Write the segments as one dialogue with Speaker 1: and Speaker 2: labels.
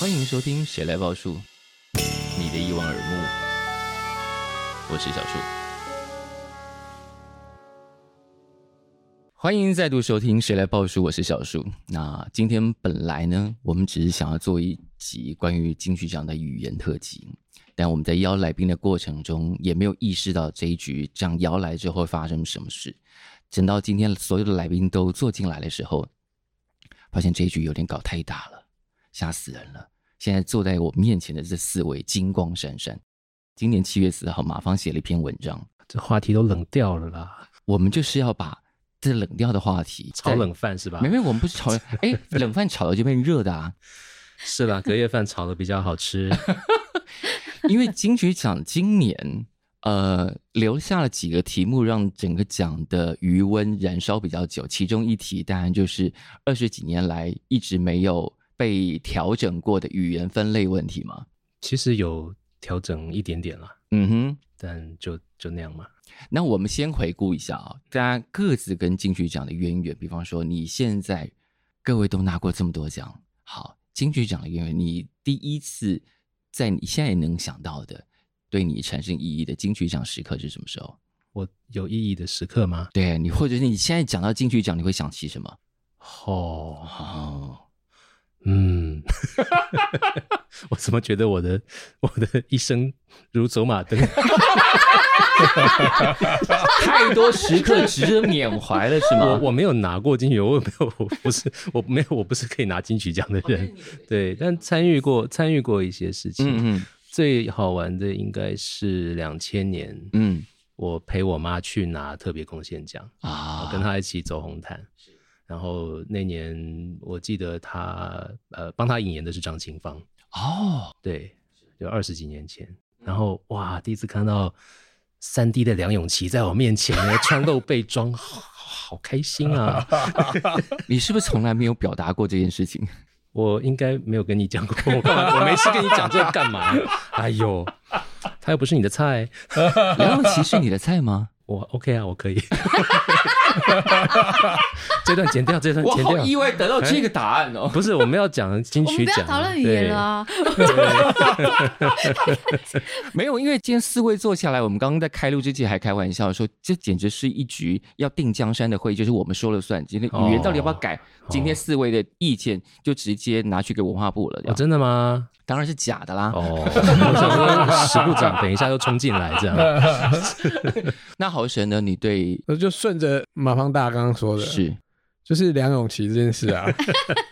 Speaker 1: 欢迎收听《谁来报数》，你的一望而目，我是小树。欢迎再度收听《谁来报数》，我是小树。那今天本来呢，我们只是想要做一集关于金曲奖的语言特辑，但我们在邀来宾的过程中，也没有意识到这一局这样邀来之后会发生什么事。等到今天所有的来宾都坐进来的时候，发现这一局有点搞太大了，吓死人了。现在坐在我面前的这四位金光闪闪，今年七月四号，马芳写了一篇文章，
Speaker 2: 这话题都冷掉了啦，
Speaker 1: 我们就是要把这冷掉的话题
Speaker 2: 炒
Speaker 1: 在
Speaker 2: 冷饭是吧
Speaker 1: 没？没，我们不是 炒了，哎，冷饭炒了就变热的啊，
Speaker 2: 是啦，隔夜饭炒的比较好吃。
Speaker 1: 因为金曲奖今年呃留下了几个题目，让整个奖的余温燃烧比较久。其中一题当然就是二十几年来一直没有被调整过的语言分类问题嘛。
Speaker 2: 其实有调整一点点啦，
Speaker 1: 嗯哼，
Speaker 2: 但就就那样嘛。
Speaker 1: 那我们先回顾一下啊、大家各自跟金曲奖的渊源。比方说，你现在各位都拿过这么多奖，好，金曲奖的渊源，你第一次在你现在能想到的，对你产生意义的金曲奖时刻是什么时候？
Speaker 2: 我有意义的时刻吗？
Speaker 1: 对你，或者是你现在讲到金曲奖，你会想起什么？
Speaker 2: 哦，
Speaker 1: 哦，
Speaker 2: 嗯， 我怎么觉得我的我的一生如走马灯？
Speaker 1: 太多时刻值得缅怀了，是 吗？
Speaker 2: 我我没有拿过金曲，我也没有，我不是，我没有，我不是可以拿金曲奖的人。对，但参与过参与过一些事情。
Speaker 1: 哦嗯嗯
Speaker 2: 最好玩的应该是两千年，
Speaker 1: 嗯
Speaker 2: 我陪我妈去拿特别贡献奖，
Speaker 1: 啊，
Speaker 2: 我跟她一起走红毯。然后那年我记得她呃帮她引言的是张清芳，
Speaker 1: 哦，嗯
Speaker 2: 对，就二十几年前。然后哇，第一次看到三 D 的梁咏琪在我面前，穿露背装，好好开心 啊！
Speaker 1: 你是不是从来没有表达过这件事情？
Speaker 2: 我应该没有跟你讲过，我干嘛？我没事跟你讲这个 干嘛？哎呦，他又不是你的菜，
Speaker 1: 梁咏琪是你的菜吗？
Speaker 2: 我 OK 啊，我 可以。这段剪掉，这段剪掉。
Speaker 1: 外得到这个答案哦。
Speaker 2: 不是，我们要讲金
Speaker 3: 我
Speaker 2: 曲
Speaker 3: 们不
Speaker 2: 奖，
Speaker 3: 要讨论语言了啊！
Speaker 1: 没有，因为今天四位坐下来，我们刚刚在开录之前还开玩笑说，这简直是一局要定江山的会议，就是我们说了算。今天语言到底要不要改？今天四位的意见就直接拿去给文化部了。这
Speaker 2: 对。哦，
Speaker 1: 样
Speaker 2: 真的吗？
Speaker 1: 当然是假的
Speaker 3: 啊
Speaker 1: 啦。
Speaker 2: 哦， 我想说史部长等一下就冲进来这样。
Speaker 1: 那豪神呢？你对
Speaker 4: 我就顺着马芳大刚刚说的，
Speaker 1: 是？
Speaker 4: 就是梁咏琪这件事 啊。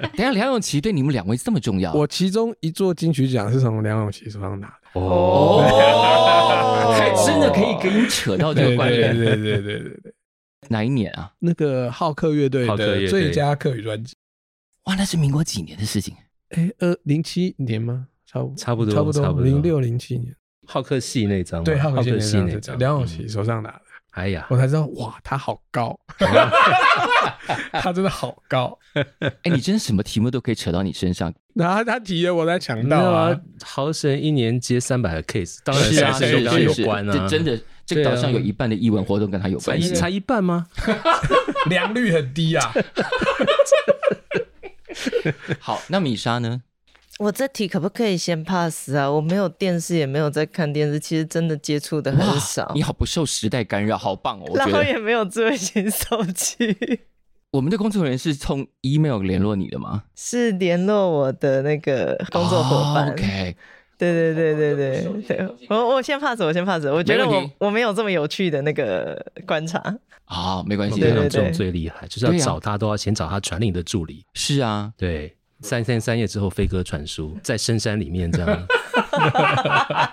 Speaker 1: 等一下梁咏琪对你们两位这么重要？
Speaker 4: 我其中一座金曲奖是从梁咏琪手上拿的，
Speaker 2: 哦
Speaker 1: 哦，还真的可以跟你扯到这个关
Speaker 4: 对
Speaker 1: 联。
Speaker 4: 对对对对对，
Speaker 1: 哪一年啊？
Speaker 4: 那个浩克乐队
Speaker 2: 浩克乐队
Speaker 4: 的最佳客语专辑，
Speaker 1: 哇，那是民国几年的事情？
Speaker 4: 哎，呃，零七年吗？差不
Speaker 2: 差不多
Speaker 4: 差不
Speaker 2: 差不
Speaker 4: 多，
Speaker 2: 多
Speaker 4: 零六零七年，
Speaker 2: 浩克系那张吗，
Speaker 4: 对，浩克
Speaker 2: 克系
Speaker 4: 乐
Speaker 2: 那
Speaker 4: 队
Speaker 2: 张，
Speaker 4: 梁咏
Speaker 2: 嗯
Speaker 4: 琪。手上拿的，
Speaker 2: 哎呀，
Speaker 4: 我才知道，哇，他好 高，他真的好高。
Speaker 1: 哎，你真什么题目都可以扯到你身上。
Speaker 4: 然后他提了，我才想
Speaker 2: 没
Speaker 4: 到
Speaker 2: 有
Speaker 4: 啊
Speaker 2: 啊，，豪神一年接三百个 case，当然
Speaker 1: 是啊，
Speaker 2: 还是
Speaker 1: 是
Speaker 2: 跟他有
Speaker 1: 是
Speaker 2: 关
Speaker 1: 这
Speaker 2: 啊，
Speaker 1: 真的，这个岛上有
Speaker 2: 对啊
Speaker 1: 一半的译文活动跟他有
Speaker 2: 才
Speaker 1: 关
Speaker 2: 一
Speaker 1: 系。
Speaker 2: 才一半吗？
Speaker 4: 良率很低 啊。
Speaker 1: 好，那米莎呢？
Speaker 5: 我这题可不可以先 pass 啊？我没有电视，也没有在看电视，其实真的接触的很少
Speaker 1: 你，好不受时代干扰，好棒哦！我觉
Speaker 5: 然后
Speaker 1: 得
Speaker 5: 也没有智慧型手机，
Speaker 1: 我们的工作人员是从 email 联络你的吗？
Speaker 5: 是联络我的那个工作伙伴。
Speaker 1: 哦 OK，
Speaker 5: 对对对对对对，我我先 pass，我先 pass，我觉得
Speaker 1: 没问
Speaker 5: 我
Speaker 1: 题
Speaker 5: 我没有这么有趣的那个观察。
Speaker 1: 好，没关系
Speaker 5: 对
Speaker 2: 这种
Speaker 5: 对
Speaker 2: 这种最厉害，就是要
Speaker 1: 对啊
Speaker 2: 找他都要先找他传令的助理，
Speaker 1: 是啊，
Speaker 2: 对，三天三夜之后飞鸽传书，在深山里面这 样。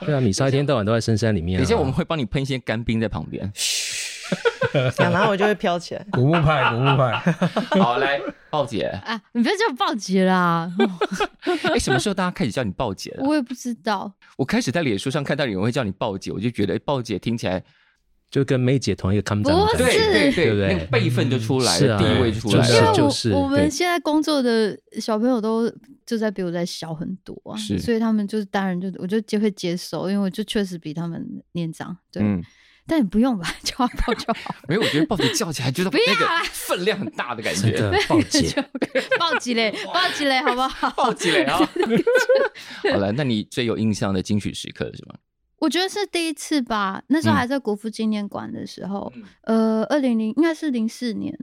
Speaker 2: 对啊，米莎一天到晚都在深山里面、啊。
Speaker 1: 等一下我们会帮你喷一些干冰在旁边。
Speaker 5: 然后我就会飘起来。
Speaker 4: 古墓派，古墓派，
Speaker 1: 好，来，鲍姐，
Speaker 3: 啊，你不要叫我暴击啦！
Speaker 1: 哎，什么时候大家开始叫你鲍姐了？
Speaker 3: 我也不知道，
Speaker 1: 我开始在脸书上看到有人会叫你鲍姐，我就觉得哎鲍姐听起来
Speaker 2: 就跟梅姐同一个 come down
Speaker 3: 不
Speaker 2: 的感
Speaker 3: 是
Speaker 2: 觉
Speaker 1: 对
Speaker 2: 对不对
Speaker 1: 那个辈分就出来
Speaker 2: 是
Speaker 1: 了，
Speaker 2: 啊
Speaker 1: 地位出来
Speaker 2: 就
Speaker 3: 因
Speaker 1: 了。
Speaker 3: 为我
Speaker 2: 就是
Speaker 3: 我
Speaker 2: 对
Speaker 3: 们现在工作的小朋友都就在比我在小很多啊，
Speaker 1: 是
Speaker 3: 所以他们就是当然就我就就会接受，因为我就确实比他们年长，对，
Speaker 1: 嗯，
Speaker 3: 但也不用吧， 叫他抱就好，
Speaker 1: 没有，我觉得抱着叫起来就是
Speaker 3: 不要
Speaker 1: 那
Speaker 3: 啦
Speaker 1: 个分量很大的感
Speaker 2: 真
Speaker 1: 觉
Speaker 2: 的，报
Speaker 3: 就
Speaker 2: 姐
Speaker 3: 抱起来，抱起来，好不好？
Speaker 1: 抱起来啊。好了，那你最有印象的金曲时刻是吗？
Speaker 3: 我觉得是第一次吧，那时候
Speaker 1: 嗯
Speaker 3: 还在国父纪念馆的时候，呃，二零零应该是零四年，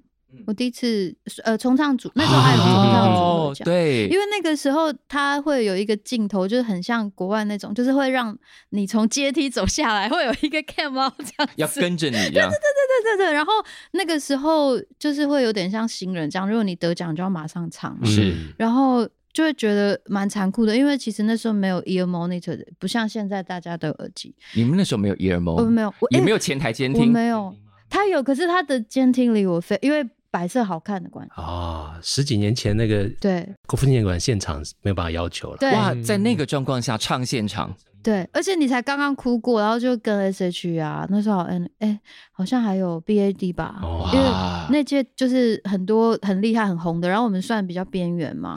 Speaker 3: 我第一次呃冲浪组， 那时候还有冲浪组
Speaker 1: 哦
Speaker 3: 合，奖。
Speaker 1: 对，
Speaker 3: 因为那个时候它会有一个镜头，就是很像国外那种，就是会让你从阶梯走下来，会有一个 cam 猫这样子，
Speaker 1: 要跟着你啊 呀，
Speaker 3: 对对对。然后那个时候就是会有点像新人这样，如果你得奖就要马上唱，
Speaker 1: 是
Speaker 2: 嗯
Speaker 3: 然后就会觉得蛮残酷的，因为其实那时候没有 ear monitor 的，不像现在大家都有耳机，
Speaker 1: 你们那时候没有 ear
Speaker 3: 我
Speaker 1: mo，
Speaker 3: 没有，我
Speaker 1: 也哦没
Speaker 3: 有，
Speaker 1: 有前台监
Speaker 3: 我
Speaker 1: 听，
Speaker 3: 没有，他有，可是他的监听离我非，因为白色好看的关系，
Speaker 2: 啊，十几年前那个
Speaker 3: 对
Speaker 2: 国父纪念馆现场是没有办法要求了，
Speaker 3: 对
Speaker 1: 哇，在那个状况下唱现场，
Speaker 3: 对，而且你才刚刚哭过，然后就跟 S H E 啊，那时候嗯哎、好像还有 B A D 吧，
Speaker 1: 哦
Speaker 2: 哇
Speaker 3: 因为那届就是很多很厉害很红的，然后我们算比较边缘嘛，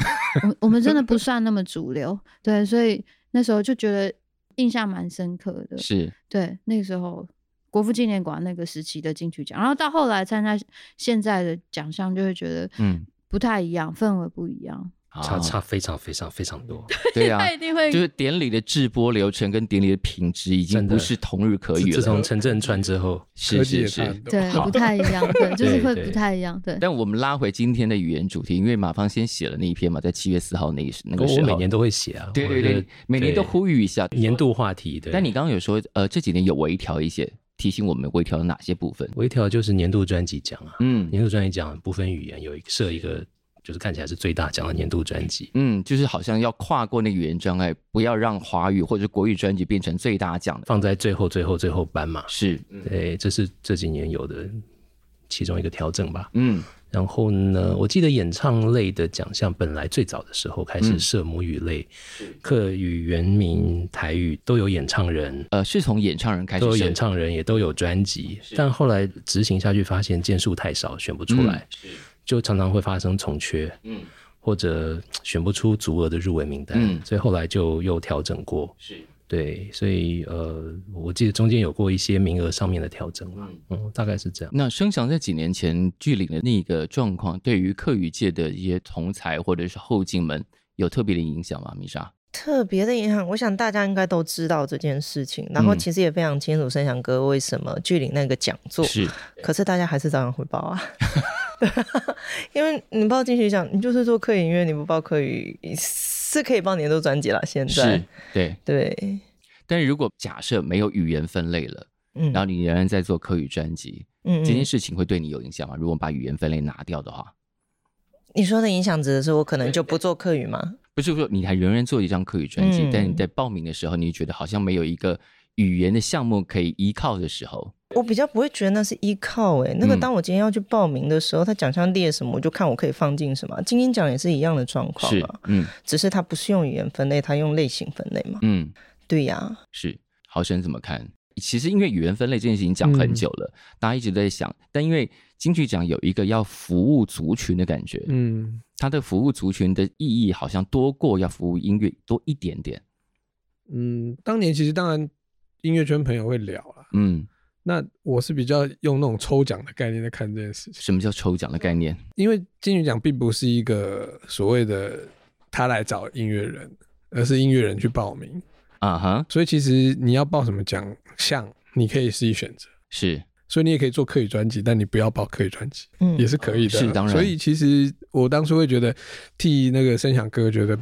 Speaker 3: 我我们真的不算那么主流，对，所以那时候就觉得印象蛮深刻的。
Speaker 1: 是
Speaker 3: 对，那个时候国父纪念馆那个时期的金曲奖，然后到后来参加现在的奖项，就会觉得
Speaker 1: 嗯
Speaker 3: 嗯不太一样，氛围不一样，
Speaker 2: 差
Speaker 1: 啊
Speaker 2: 差非常非常非常多，
Speaker 1: 对呀
Speaker 3: 他。一定会
Speaker 1: 就是典礼的制播流程跟典礼的品质已经
Speaker 2: 真的
Speaker 1: 不是同日可
Speaker 2: 自
Speaker 1: 语
Speaker 2: 自从
Speaker 1: 了，
Speaker 2: 陈振川之后，
Speaker 1: 是
Speaker 4: 科技
Speaker 1: 是
Speaker 4: 也差很
Speaker 1: 是。
Speaker 4: 多。
Speaker 3: 对
Speaker 2: 好
Speaker 3: 不太一样， 对，就是
Speaker 2: 对
Speaker 3: 会
Speaker 2: 对
Speaker 3: 不太一样，对。
Speaker 1: 但我们拉回今天的语言主题，因为马芳先写了那一篇嘛，在七月四号那一那
Speaker 2: 我
Speaker 1: 个
Speaker 2: 我
Speaker 1: 时候，
Speaker 2: 每年都会写啊，
Speaker 1: 对对
Speaker 2: 我的
Speaker 1: 对，每年都
Speaker 2: 对
Speaker 1: 呼吁一下
Speaker 2: 年。度话题，对，
Speaker 1: 但你刚刚有说，呃，这几年有微调一些，提醒我们微调了哪些部分？
Speaker 2: 微调就是年度专辑奖啊，
Speaker 1: 嗯
Speaker 2: 年度专辑奖不分语言，有一个设一个就是看起来是最大奖的年度专辑，
Speaker 1: 嗯，就是好像要跨过那个语言障碍，不要让华语或者国语专辑变成最大奖的。
Speaker 2: 放在最后最后最后班嘛，
Speaker 1: 是，
Speaker 2: 对，这是这几年有的其中一个调整吧。
Speaker 1: 嗯
Speaker 2: 然后呢，我记得演唱类的奖项本来最早的时候开始设母语类，客语、原名、台语都有演唱人，
Speaker 1: 呃，是从演唱人开始
Speaker 2: 都有
Speaker 1: 设
Speaker 2: 演唱人，也都有专辑，但后来执行下去发现件数太少，选不出来，
Speaker 1: 嗯
Speaker 2: 就常常会发生重缺，嗯，或者选不出足额的入围名单，
Speaker 1: 嗯
Speaker 2: 所以后来就又调整过，是对，所以呃，我记得中间有过一些名额上面的调整嘛，嗯，大概是这样。
Speaker 1: 那生祥在几年前聚领的那个状况，对于客语界的一些同才或者是后进们有特别的影响吗？米莎，
Speaker 5: 特别的银行，我想大家应该都知道这件事情，然后
Speaker 1: 嗯
Speaker 5: 其实也非常清楚盛祥哥为什么拒领那个讲 座，
Speaker 1: 是
Speaker 5: 可是大家还是照样会报啊。 对啊，因为你报金曲奖，你就是做客语音乐，你不报客语是可以报年度专辑啦。现在
Speaker 1: 是，对。
Speaker 5: 对，
Speaker 1: 但是如果假设没有语言分类了，
Speaker 5: 嗯
Speaker 1: 然后你仍然在做客语专辑，
Speaker 5: 嗯
Speaker 1: 这件
Speaker 5: 嗯，
Speaker 1: 事情会对你有影响吗？如果我们把语言分类拿掉的话，
Speaker 5: 你说的影响指的是我可能就不做客语吗？
Speaker 1: 不是说你还仍然做一张客语专辑，
Speaker 5: 嗯
Speaker 1: 但你在报名的时候，你觉得好像没有一个语言的项目可以依靠的时候，
Speaker 5: 我比较不会觉得那是依靠诶、那个
Speaker 1: 嗯
Speaker 5: 当我今天要去报名的时候，他奖项列什么，我就看我可以放进什么啊。金鹰奖也是一样的状况
Speaker 1: 是
Speaker 5: 嘛，
Speaker 1: 嗯
Speaker 5: 只是它不是用语言分类，它用类型分类嘛。
Speaker 1: 嗯，
Speaker 5: 对呀、
Speaker 1: 是，豪生怎么看？其实因为语言分类这件事情讲很
Speaker 4: 嗯
Speaker 1: 久了，大家一直都在想，但因为金曲奖有一个要服务族群的感觉，
Speaker 4: 嗯，
Speaker 1: 它的服务族群的意义好像多过要服务音乐多一点点。
Speaker 4: 嗯，当年其实当然音乐圈朋友会聊啦。
Speaker 1: 嗯，
Speaker 4: 那我是比较用那种抽奖的概念在看这件事情，
Speaker 1: 什么叫抽奖的概念？
Speaker 4: 因为金曲奖并不是一个所谓的他来找音乐人，而是音乐人去报名，
Speaker 1: 啊哈，
Speaker 4: 所以其实你要报什么奖项，你可以自己选择。
Speaker 1: 是
Speaker 4: 所以你也可以做客语专辑，但你不要报客语专辑，
Speaker 5: 嗯
Speaker 4: 也是可以的。
Speaker 1: 哦
Speaker 4: 啊
Speaker 1: 是当然
Speaker 4: 所以其实我当初会觉得替那个声响哥觉得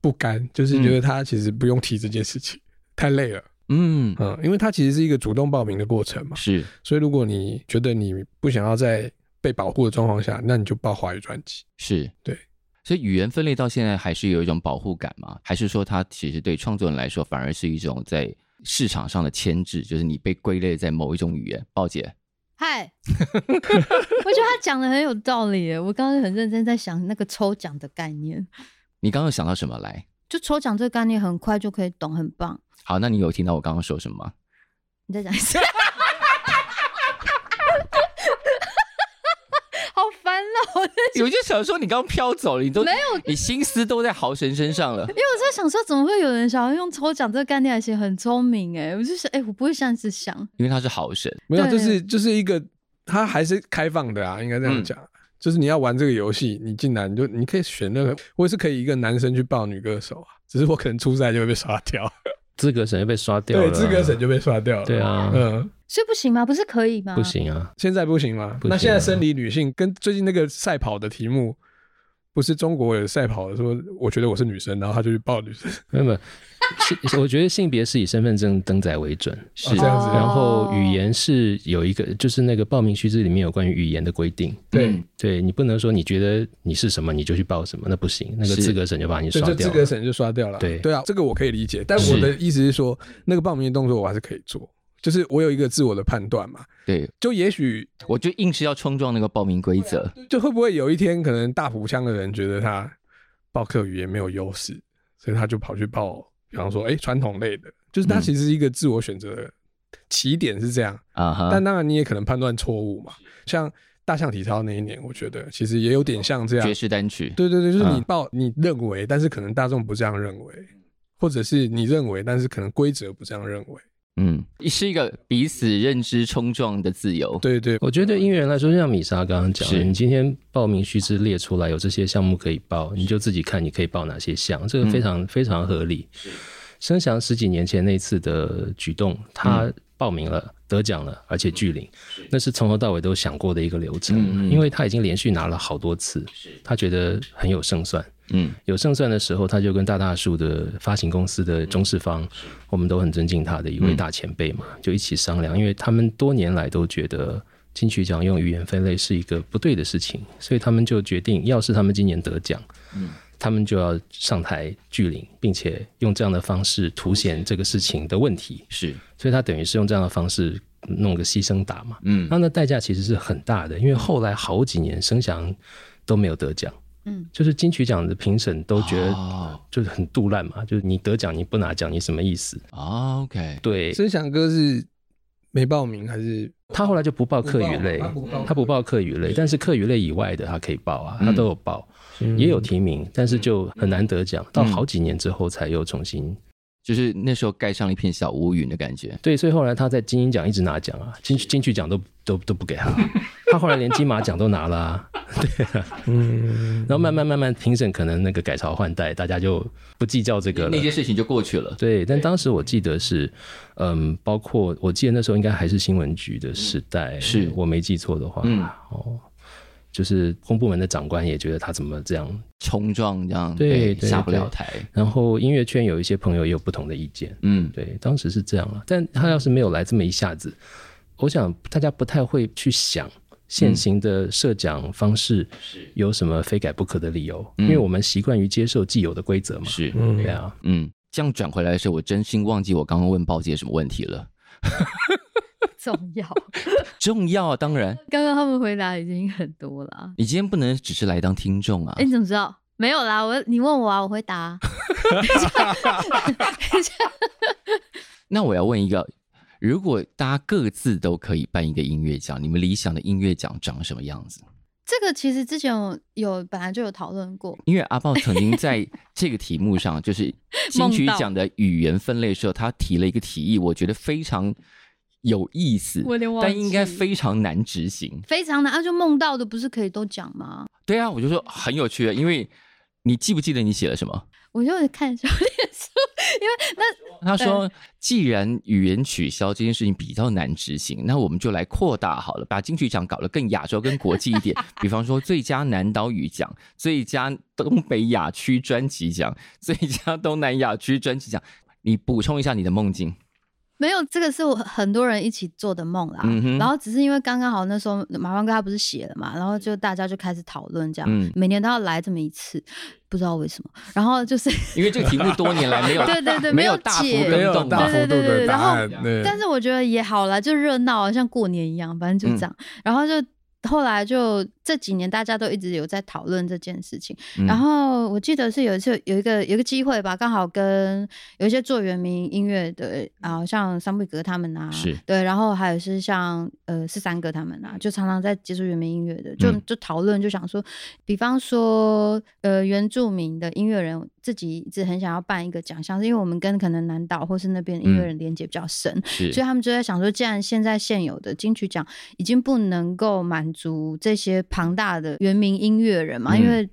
Speaker 4: 不甘，就是觉得他其实不用提这件事情，太累了。
Speaker 1: 嗯
Speaker 4: 嗯，因为他其实是一个主动报名的过程嘛。
Speaker 1: 是
Speaker 4: 所以如果你觉得你不想要在被保护的状况下，那你就报华语专辑。
Speaker 1: 是，
Speaker 4: 对。
Speaker 1: 所以语言分类到现在还是有一种保护感吗？还是说它其实对创作人来说反而是一种在市场上的牵制，就是你被归类在某一种语言？鲍姐，
Speaker 3: 嗨， 我觉得他讲的很有道理耶。我刚刚很认真在想那个抽奖的概念，
Speaker 1: 你刚刚有想到什么来？
Speaker 3: 就抽奖这个概念很快就可以懂，很棒。
Speaker 1: 好，那你有听到我刚刚说什么 吗？
Speaker 3: 你再讲一次，好烦哦！
Speaker 1: 我就想说，你刚飘走了，你都没有，你心思都在豪神身上了。
Speaker 3: 因为我在想说，怎么会有人想要用抽奖这个概念来写很聪明、欸？哎，我就想，哎、我不会这样子想。
Speaker 1: 因为他是豪神，
Speaker 4: 没有，
Speaker 3: 对
Speaker 4: 就是就是一个，它还是开放的啊，应该这
Speaker 2: 嗯
Speaker 4: 样讲。就是你要玩这个游戏，你进来你就你可以选任何，我也是可以一个男生去报女歌手啊，只是我可能初赛就会被刷掉，
Speaker 2: 资格审就被刷掉了啊，
Speaker 4: 对，资格审就被刷掉了。
Speaker 2: 对啊
Speaker 4: 嗯，
Speaker 3: 所以不行吗？不是可以吗？
Speaker 2: 不。行啊，
Speaker 4: 现在不行吗？
Speaker 2: 不行啊
Speaker 4: 那现在生理女性跟最近那个赛跑的题目，不是中国有赛跑的说，我觉得我是女生，然后他就去报女生，
Speaker 2: 没有没有，性 我觉得性别是以身份证登载为准，
Speaker 1: 是
Speaker 4: 这样子
Speaker 2: 然后
Speaker 3: 哦
Speaker 2: 语言是有一个，就是那个报名须知里面有关于语言的规定。
Speaker 4: 对
Speaker 1: 嗯
Speaker 2: 对你不能说你觉得你是什么你就去报什么，那不行，那个
Speaker 1: 是
Speaker 2: 资格审就把你
Speaker 4: 对，
Speaker 2: 刷
Speaker 4: 就
Speaker 2: 掉
Speaker 4: 资
Speaker 2: 了。
Speaker 4: 格审就刷掉了。
Speaker 2: 对
Speaker 4: 对啊，这个我可以理解，但我的意思是说，那个报名的动作我还是可以做，就是我有一个自我的判断嘛，
Speaker 1: 对，
Speaker 4: 就也许
Speaker 1: 我就硬是要冲撞那个报名规则。
Speaker 4: 就会不会有一天，可能大埔腔的人觉得他报客语言没有优势，所以他就跑去报，比方说，哎、传统类的，就是他
Speaker 1: 嗯
Speaker 4: 其实是一个自我选择的起点是这样，
Speaker 1: 啊哈，
Speaker 4: 但当然你也可能判断错误嘛。像大象体操那一年，我觉得其实也有点像这样
Speaker 1: 爵，士单曲，
Speaker 4: 对对对，就是你
Speaker 1: 嗯
Speaker 4: 报你认为，但是可能大众不这样认为，或者是你认为，但是可能规则不这样认为。
Speaker 1: 嗯，是一个彼此认知冲撞的自由。
Speaker 4: 对对，
Speaker 2: 我觉得对音乐人来说，就像米莎刚刚讲的，
Speaker 1: 是
Speaker 2: 你今天报名须知列出来有这些项目可以报，你就自己看你可以报哪些项，这个非常、非常合理。生祥十几年前那次的举动，他报名了。得奖了，而且拒领，那是从头到尾都想过的一个流程，
Speaker 1: 嗯嗯
Speaker 2: 因为他已经连续拿了好多次，他觉得很有胜算。
Speaker 1: 嗯
Speaker 2: 有胜算的时候，他就跟大大树的发行公司的钟世芳，我们都很尊敬他的一位大前辈嘛，就一起商量，因为他们多年来都觉得金曲奖用语言分类是一个不对的事情，所以他们就决定，要是他们今年得奖，他们就要上台拒领，并且用这样的方式凸显这个事情的问题，
Speaker 1: 是，
Speaker 2: 所以他等于是用这样的方式弄个牺牲打嘛。
Speaker 1: 嗯
Speaker 2: 那那代价其实是很大的，因为后来好几年声翔都没有得奖。
Speaker 3: 嗯，
Speaker 2: 就是金曲奖的评审都觉
Speaker 1: 哦
Speaker 2: 得就是很杜烂嘛，就是你得奖你不拿奖你什么意思？
Speaker 1: 啊，OK，
Speaker 2: 对
Speaker 4: 声响哥是没报名还是
Speaker 2: 他后来就不报客语类
Speaker 4: 他不报，
Speaker 2: 他不报客语类，但是客语类以外的他可以报啊，他都有报，嗯也有提名，但是就很难得奖，到好几年之后才又重新
Speaker 1: 就是那时候盖上了一片小乌云的感觉。
Speaker 2: 对，所以后来他在金鹰奖一直拿奖啊，金金曲奖都都都不给他，他后来连金马奖都拿了、啊，对、啊，嗯，然后慢慢慢慢评审可能那个改朝换代，大家就不计较这个了
Speaker 1: 那。些事情就过去了。
Speaker 2: 对，但当时我记得是，嗯，包括我记得那时候应该还是新闻局的时代，
Speaker 1: 嗯是
Speaker 2: 我没记错的话，
Speaker 1: 嗯
Speaker 2: 哦，就是公部门的长官也觉得他怎么这样，
Speaker 1: 冲撞这样，
Speaker 2: 对
Speaker 1: 被
Speaker 2: 对
Speaker 1: 下不了
Speaker 2: 对
Speaker 1: 台。
Speaker 2: 然后音乐圈有一些朋友也有不同的意见，
Speaker 1: 嗯，
Speaker 2: 对，当时是这样了。啊但他要是没有来这么一下子，我想大家不太会去想现
Speaker 1: 嗯
Speaker 2: 行的设奖方式有什么非改不可的理由，因为我们习惯于接受既有的规则嘛。
Speaker 1: 嗯是，
Speaker 2: 对啊，
Speaker 1: 嗯，这样转回来的时候，我真心忘记我刚刚问报姐什么问题了。
Speaker 3: 重要。
Speaker 1: 重要啊，当然，
Speaker 3: 刚刚他们回答已经很多了啊。
Speaker 1: 你今天不能只是来当听众啊
Speaker 3: 哎、。你怎么知道？没有啦，我你问我啊，我回答啊、
Speaker 1: 那我要问一个，如果大家各自都可以办一个音乐奖，你们理想的音乐奖长什么样子？
Speaker 3: 这个其实之前我有本来就有讨论过，
Speaker 1: 因为阿豹曾经在这个题目上， 就是金曲奖的语言分类的时候，他提了一个提议，我觉得非常有意思，
Speaker 3: 我有点忘
Speaker 1: 但应该
Speaker 3: 记
Speaker 1: 非常难执行。
Speaker 3: 非常难啊，就梦到的不是可以都讲吗？
Speaker 1: 对啊，我就说很有趣，因为你记不记得你写了什么？
Speaker 3: 我就看一下我脸书，因为那
Speaker 1: 他说，既然语言取消这件事情比较难执行，那我们就来扩大好了，把金曲奖搞得更亚洲、更国际一点。比方说，最佳南岛语奖、最佳东北亚区专辑奖、最佳东南亚区专辑奖。你补充一下你的梦境，
Speaker 3: 没有，这个是我很多人一起做的梦啦。
Speaker 1: 嗯哼
Speaker 3: 然后只是因为刚刚好那时候马芳哥他不是写了嘛，然后就大家就开始讨论这样，
Speaker 1: 嗯
Speaker 3: 每年都要来这么一次，不知道为什么。然后就是，
Speaker 1: 因为这个题目多年来没有
Speaker 3: 对对 对，
Speaker 1: 没有
Speaker 3: 有
Speaker 1: 大幅
Speaker 3: 解
Speaker 1: 跟
Speaker 4: 没有
Speaker 1: 动
Speaker 2: 啊
Speaker 4: 大
Speaker 1: 吧
Speaker 4: 幅
Speaker 3: 对对
Speaker 4: 度
Speaker 3: 对对
Speaker 4: 的答
Speaker 3: 然后
Speaker 4: 案？
Speaker 1: 嗯
Speaker 4: 对
Speaker 3: 但是我觉得也好啦，就热闹啊，像过年一样，反正就这样。然后就后来就这几年大家都一直有在讨论这件事情。
Speaker 1: 嗯
Speaker 3: 然后我记得是有一次有一个有一个机会吧，刚好跟有一些做原名音乐的啊、像桑布格他们啊，
Speaker 1: 嗯是
Speaker 3: 对，然后还有是像呃是三哥他们啊，就常常在接触原民音乐的，就
Speaker 1: 嗯
Speaker 3: 就讨论，就想说，比方说呃原住民的音乐人自己一直很想要办一个奖项，是因为我们跟可能南岛或是那边音乐
Speaker 1: 嗯
Speaker 3: 人连接比较深，
Speaker 1: 是
Speaker 3: 所以他们就在想说，既然现在现有的金曲奖已经不能够满足这些庞大的原名音乐人嘛，
Speaker 1: 嗯
Speaker 3: 因为。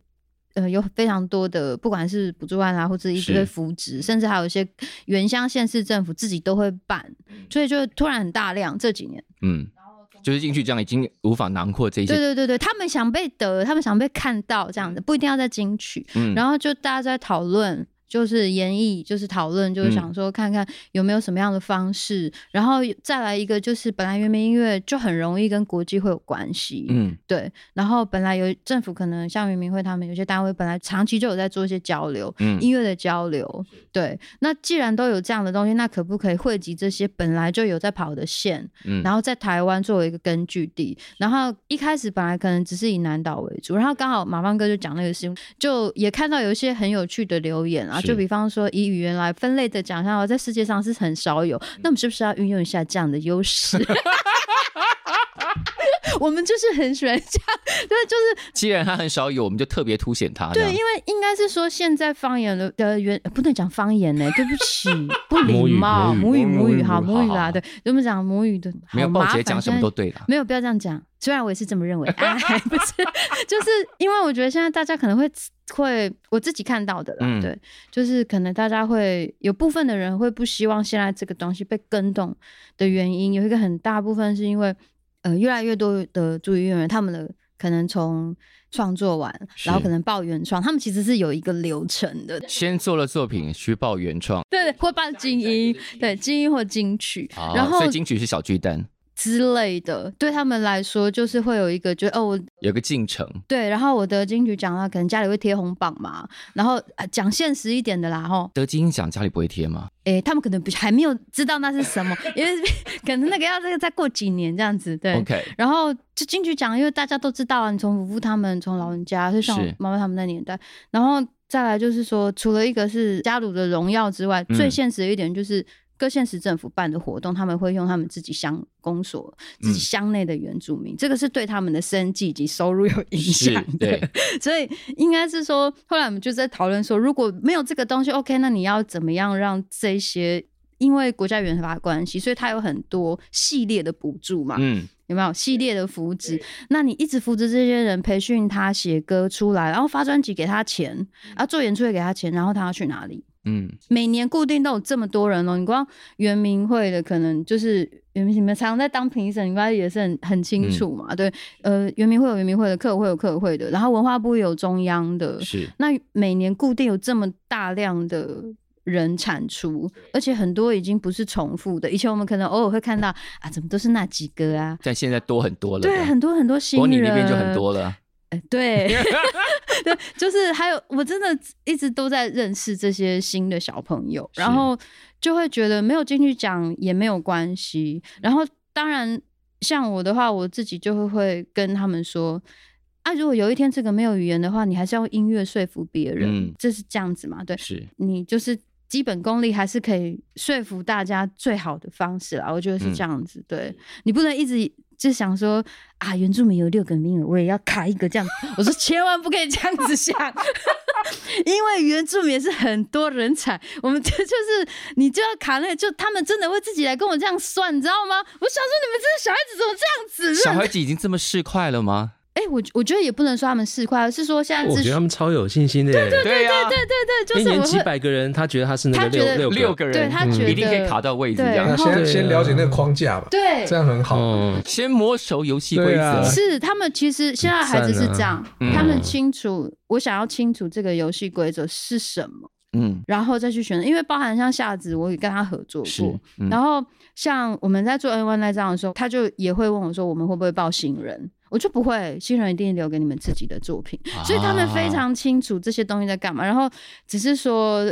Speaker 3: 呃，有非常多的，不管是补助案啊，或者一
Speaker 1: 是
Speaker 3: 堆扶植，甚至还有一些原乡县市政府自己都会办，所以就突然很大量这几年。
Speaker 1: 嗯，就是进去这样已经无法囊括这一
Speaker 3: 对
Speaker 1: 些，
Speaker 3: 对对对，他们想被得，他们想被看到，这样子不一定要在金曲。
Speaker 1: 嗯，
Speaker 3: 然
Speaker 1: 后
Speaker 3: 后就大家在讨论，就是演绎，就是讨论，就是
Speaker 1: 嗯
Speaker 3: 想说看看有没有什么样的方式，然后再来一个就是本来原民音乐就很容易跟国际会有关系，
Speaker 1: 嗯
Speaker 3: 对，然后本来有政府可能像原民会他们有些单位本来长期就有在做一些交流，
Speaker 1: 嗯
Speaker 3: 音乐的交流。对，那既然都有这样的东西，那可不可以汇集这些本来就有在跑的线，
Speaker 1: 嗯
Speaker 3: 然后在台湾作为一个根据地？然后一开始本来可能只是以南岛为主，然后刚好马芳哥就讲那个事情，就也看到有一些很有趣的留言啊，
Speaker 1: 是
Speaker 3: 就比方说以语言来分类的奖项，哦在世界上是很少
Speaker 1: 嗯
Speaker 3: 有，那我们是不是要运用一下这样的优势？ 我们就是很喜欢这样，对，就是
Speaker 1: 既然它很少有，我们就特别凸显它。这
Speaker 3: 对，
Speaker 1: 样
Speaker 3: 因为应该是说现在方言的的原呃不能讲方言呢、 对不起，不
Speaker 2: 母
Speaker 3: 礼
Speaker 2: 语
Speaker 3: 貌，
Speaker 2: 母
Speaker 3: 母
Speaker 4: 语
Speaker 3: 语
Speaker 4: 母
Speaker 3: 母
Speaker 4: 语
Speaker 3: 语好，
Speaker 1: 母语
Speaker 3: 母语
Speaker 1: 好好
Speaker 3: 啦，对，我们讲母语的，
Speaker 1: 没有
Speaker 3: 好
Speaker 1: 鲍
Speaker 3: 麻
Speaker 1: 姐
Speaker 3: 烦
Speaker 1: 讲什么
Speaker 3: 现在
Speaker 1: 都对啦。
Speaker 3: 没有，不要这样讲。虽然我也是这么认为，啊， 不是，就是因为我觉得现在大家可能会会我自己看到的啦，
Speaker 1: 嗯
Speaker 3: 对，就是可能大家会有部分的人会不希望现在这个东西被跟动的原因，有一个很大部分是因为呃越来越多的主音乐人他们的。可能从创作完，
Speaker 1: 是
Speaker 3: 然后可能报原创，他们其实是有一个流程的，
Speaker 1: 先做了作品，虚报原创，
Speaker 3: 对，或报精英，对精英或金曲，
Speaker 1: 啊
Speaker 3: 然后
Speaker 1: 所以金曲是小巨蛋，
Speaker 3: 之类的，对他们来说就是会有一个觉得哦，我
Speaker 1: 有个进程，
Speaker 3: 对，然后我得金曲奖啊，可能家里会贴红榜嘛，然后啊讲现实一点的啦，吼，
Speaker 1: 得金奖家里不会贴吗？
Speaker 3: 诶，他们可能比还没有知道那是什么，因为 可能那个要这个再过几年这样子，对。
Speaker 1: OK，
Speaker 3: 然后就金曲奖，因为大家都知道啊，你从夫妇他们，从老人家，就像我
Speaker 1: 是
Speaker 3: 妈妈他们那年代，然后再来就是说，除了一个是家族的荣耀之外，
Speaker 1: 嗯
Speaker 3: 最现实的一点就是。各县市政府办的活动，他们会用他们自己乡公所、自
Speaker 1: 嗯
Speaker 3: 己乡内的原住民，这个是对他们的生计以及收入有影
Speaker 1: 是
Speaker 3: 响的。，
Speaker 1: 对，
Speaker 3: 所以应该是说，后来我们就在讨论说，如果没有这个东西，OK，那你要怎么样让这些？因为国家原法关系，所以它有很多系列的补助嘛，
Speaker 1: 嗯，
Speaker 3: 有没有系列的扶植？那你一直扶植这些人，培训他写歌出来，然后发专辑给他钱，啊，做演出也给他钱，然后他要去哪里？
Speaker 1: 嗯，
Speaker 3: 每年固定都有这么多人哦，你光原民会的可能就是原民，你们常常在当评审，你应该也是很很清楚嘛。对，呃，原民会有原民会的，客委会有客委会的，然后文化部也有中央的。
Speaker 1: 是，
Speaker 3: 那每年固定有这么大量的人产出，而且很多已经不是重复的。以前我们可能偶尔会看到啊，怎么都是那几个啊？
Speaker 1: 但现在多很多了，
Speaker 3: 对，很多很多新
Speaker 1: 国
Speaker 3: 人，
Speaker 1: 你那边就很多了，
Speaker 3: 哎对， 对，就是还有，我真的一直都在认识这些新的小朋友，
Speaker 1: 是
Speaker 3: 然后就会觉得没有进去讲也没有关系。然后当然，像我的话，我自己就会会跟他们说。啊，如果有一天这个没有语言的话，你还是要用音乐说服别人，
Speaker 1: 嗯
Speaker 3: 这是这样子嘛？对，
Speaker 1: 是，
Speaker 3: 你就是基本功力还是可以说服大家最好的方式啦，我觉得
Speaker 2: 嗯
Speaker 3: 是这样子。对你不能一直就想说啊，原住民有六个名额，我也要卡一个这样。我说千万不可以这样子想， 因为原住民也是很多人才，我们就就是你就要卡那个，就他们真的会自己来跟我这样算，你知道吗？我想说你们这些小孩子怎么这样子？
Speaker 1: 小孩子已经这么市侩了吗？
Speaker 3: 哎、我我觉得也不能说他们市侩，而是说现在
Speaker 2: 哦我
Speaker 3: 资
Speaker 2: 觉
Speaker 3: 讯
Speaker 2: 得他，们超有信心的耶，
Speaker 1: 对呀，
Speaker 3: 对对对，就
Speaker 2: 一
Speaker 3: 是我
Speaker 2: 年几
Speaker 3: 会。
Speaker 2: 百个人，他觉得他是那
Speaker 3: 他
Speaker 2: 个
Speaker 3: 觉得
Speaker 2: 六
Speaker 1: 六
Speaker 2: 六
Speaker 1: 个
Speaker 3: 对
Speaker 1: 人，嗯
Speaker 3: 他觉得
Speaker 1: 一定可以卡到位置这
Speaker 3: 对
Speaker 1: 样
Speaker 3: 然后
Speaker 4: 那。先
Speaker 2: 对啊
Speaker 4: 先了解那个框架吧，
Speaker 3: 对，
Speaker 4: 这样很好。
Speaker 2: 嗯，
Speaker 1: 先摸熟游戏规
Speaker 4: 对啊
Speaker 1: 则，
Speaker 3: 是，他们其实现在孩子是这样，
Speaker 1: 呃嗯
Speaker 3: 他们清楚、我想要清楚这个游戏规则是什么，
Speaker 1: 嗯，
Speaker 3: 然后再去选择。因为包含像夏子，我也跟他合作
Speaker 1: 是
Speaker 3: 过，，
Speaker 1: 嗯
Speaker 3: 然后像我们在做 N One 那张的时候，他就也会问我说，我们会不会报新人？我就不会，新人一定留给你们自己的作品，
Speaker 1: 啊
Speaker 3: 所以他们非常清楚这些东西在干嘛。然后只是说，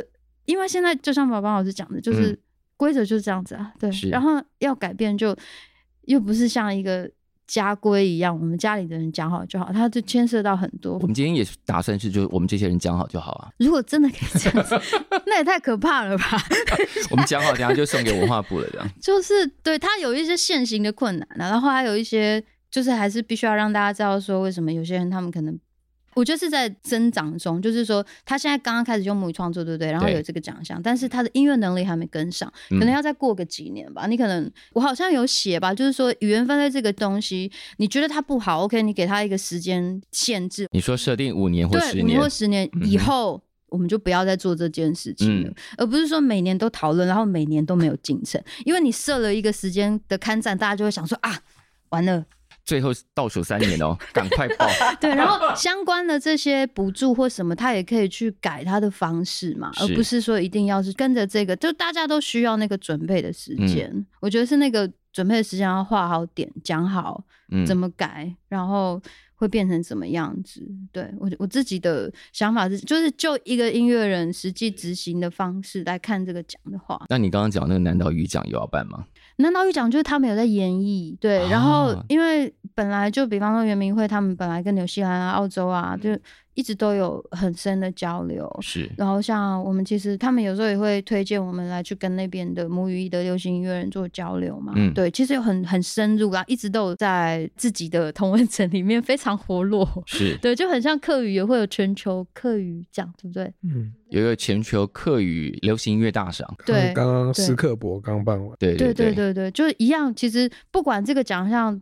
Speaker 3: 因为现在就像宝宝老师讲的，就是
Speaker 1: 嗯
Speaker 3: 规则就是这样子啊，对
Speaker 1: 是。
Speaker 3: 然后要改变就又不是像一个家规一样，我们家里的人讲好就好，它就牵涉到很多
Speaker 1: 我。们今天也打算是，就是我们这些人讲好就好啊。
Speaker 3: 如果真的可以这样子， 那也太可怕了吧？
Speaker 1: 我们讲好，等一下就送给文化部了，这样。
Speaker 3: 就是对它有一些现行的困难啊，然后还有一些就是还是必须要让大家知道说，为什么有些人他们可能，我觉得是在增长中，就是说他现在刚刚开始用母语创作，对不对？然后
Speaker 1: 对
Speaker 3: 有这个奖项，但是他的音乐能力还没跟上，
Speaker 1: 嗯
Speaker 3: 可能要再过个几年吧。你可能我好像有写吧，就是说语言分类这个东西，你觉得它不好，OK，你给他一个时间限制，
Speaker 1: 你说设定五年或
Speaker 3: 对，
Speaker 1: 十
Speaker 3: 五
Speaker 1: 年
Speaker 3: 或，十年以后。我们就不要再做这件事情了，
Speaker 1: 嗯
Speaker 3: 而不是说每年都讨论，然后每年都没有进程。因为你设了一个时间的刊战，大家就会想说啊，完了，
Speaker 1: 最后倒数三年 哦，赶快报。
Speaker 3: 对，然后相关的这些补助或什么，他也可以去改他的方式嘛，
Speaker 1: 是
Speaker 3: 而不是说一定要是跟着这个，就大家都需要那个准备的
Speaker 1: 嗯
Speaker 3: 时间。我觉得是那个准备的时间要画好点，讲好
Speaker 1: 嗯，
Speaker 3: 怎么改，然后会变成怎么样子。对我我自己的想法是，就是就一个音乐人实际执行的方式来看这个奖的话，
Speaker 1: 那你刚刚讲那个南岛语奖有要办吗？
Speaker 3: 南岛语奖就是他们有在演绎，对，然后
Speaker 1: 啊
Speaker 3: 因为本来就比方说圆明会，他们本来跟纽西兰啊、澳洲啊，就一直都有很深的交流。
Speaker 1: 是，
Speaker 3: 然后像我们其实他们有时候也会推荐我们来去跟那边的母语的流行音乐人做交流嘛，
Speaker 1: 嗯
Speaker 3: 对，其实有很很深入啦，一直都有在自己的同文层里面非常活络，
Speaker 1: 是
Speaker 3: 对，就很像客语也会有全球客语奖，对不对？
Speaker 4: 嗯，
Speaker 1: 有一个全球客语流行音乐大赏，
Speaker 3: 对，
Speaker 4: 刚刚
Speaker 3: 对
Speaker 4: 斯克伯刚办完，
Speaker 1: 对
Speaker 3: 对
Speaker 1: 对
Speaker 3: 对对对，就是一样。其实不管这个奖项，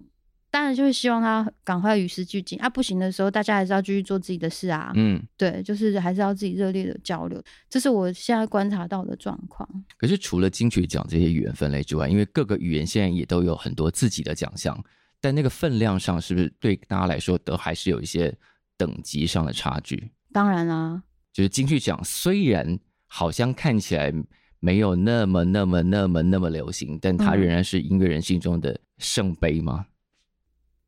Speaker 3: 当然就是希望他赶快与时俱进啊。不行的时候，大家还是要继续做自己的事啊。
Speaker 1: 嗯，
Speaker 3: 对，就是还是要自己热烈的交流，这是我现在观察到的状况。
Speaker 1: 可是除了金曲奖这些语言分类之外，因为各个语言现在也都有很多自己的奖项，但那个分量上是不是对大家来说都还是有一些等级上的差距？
Speaker 3: 当然啦、
Speaker 1: 就是金曲奖虽然好像看起来没有那么那么那么那么流行，但它
Speaker 3: 嗯
Speaker 1: 仍然是音乐人心中的圣杯吗？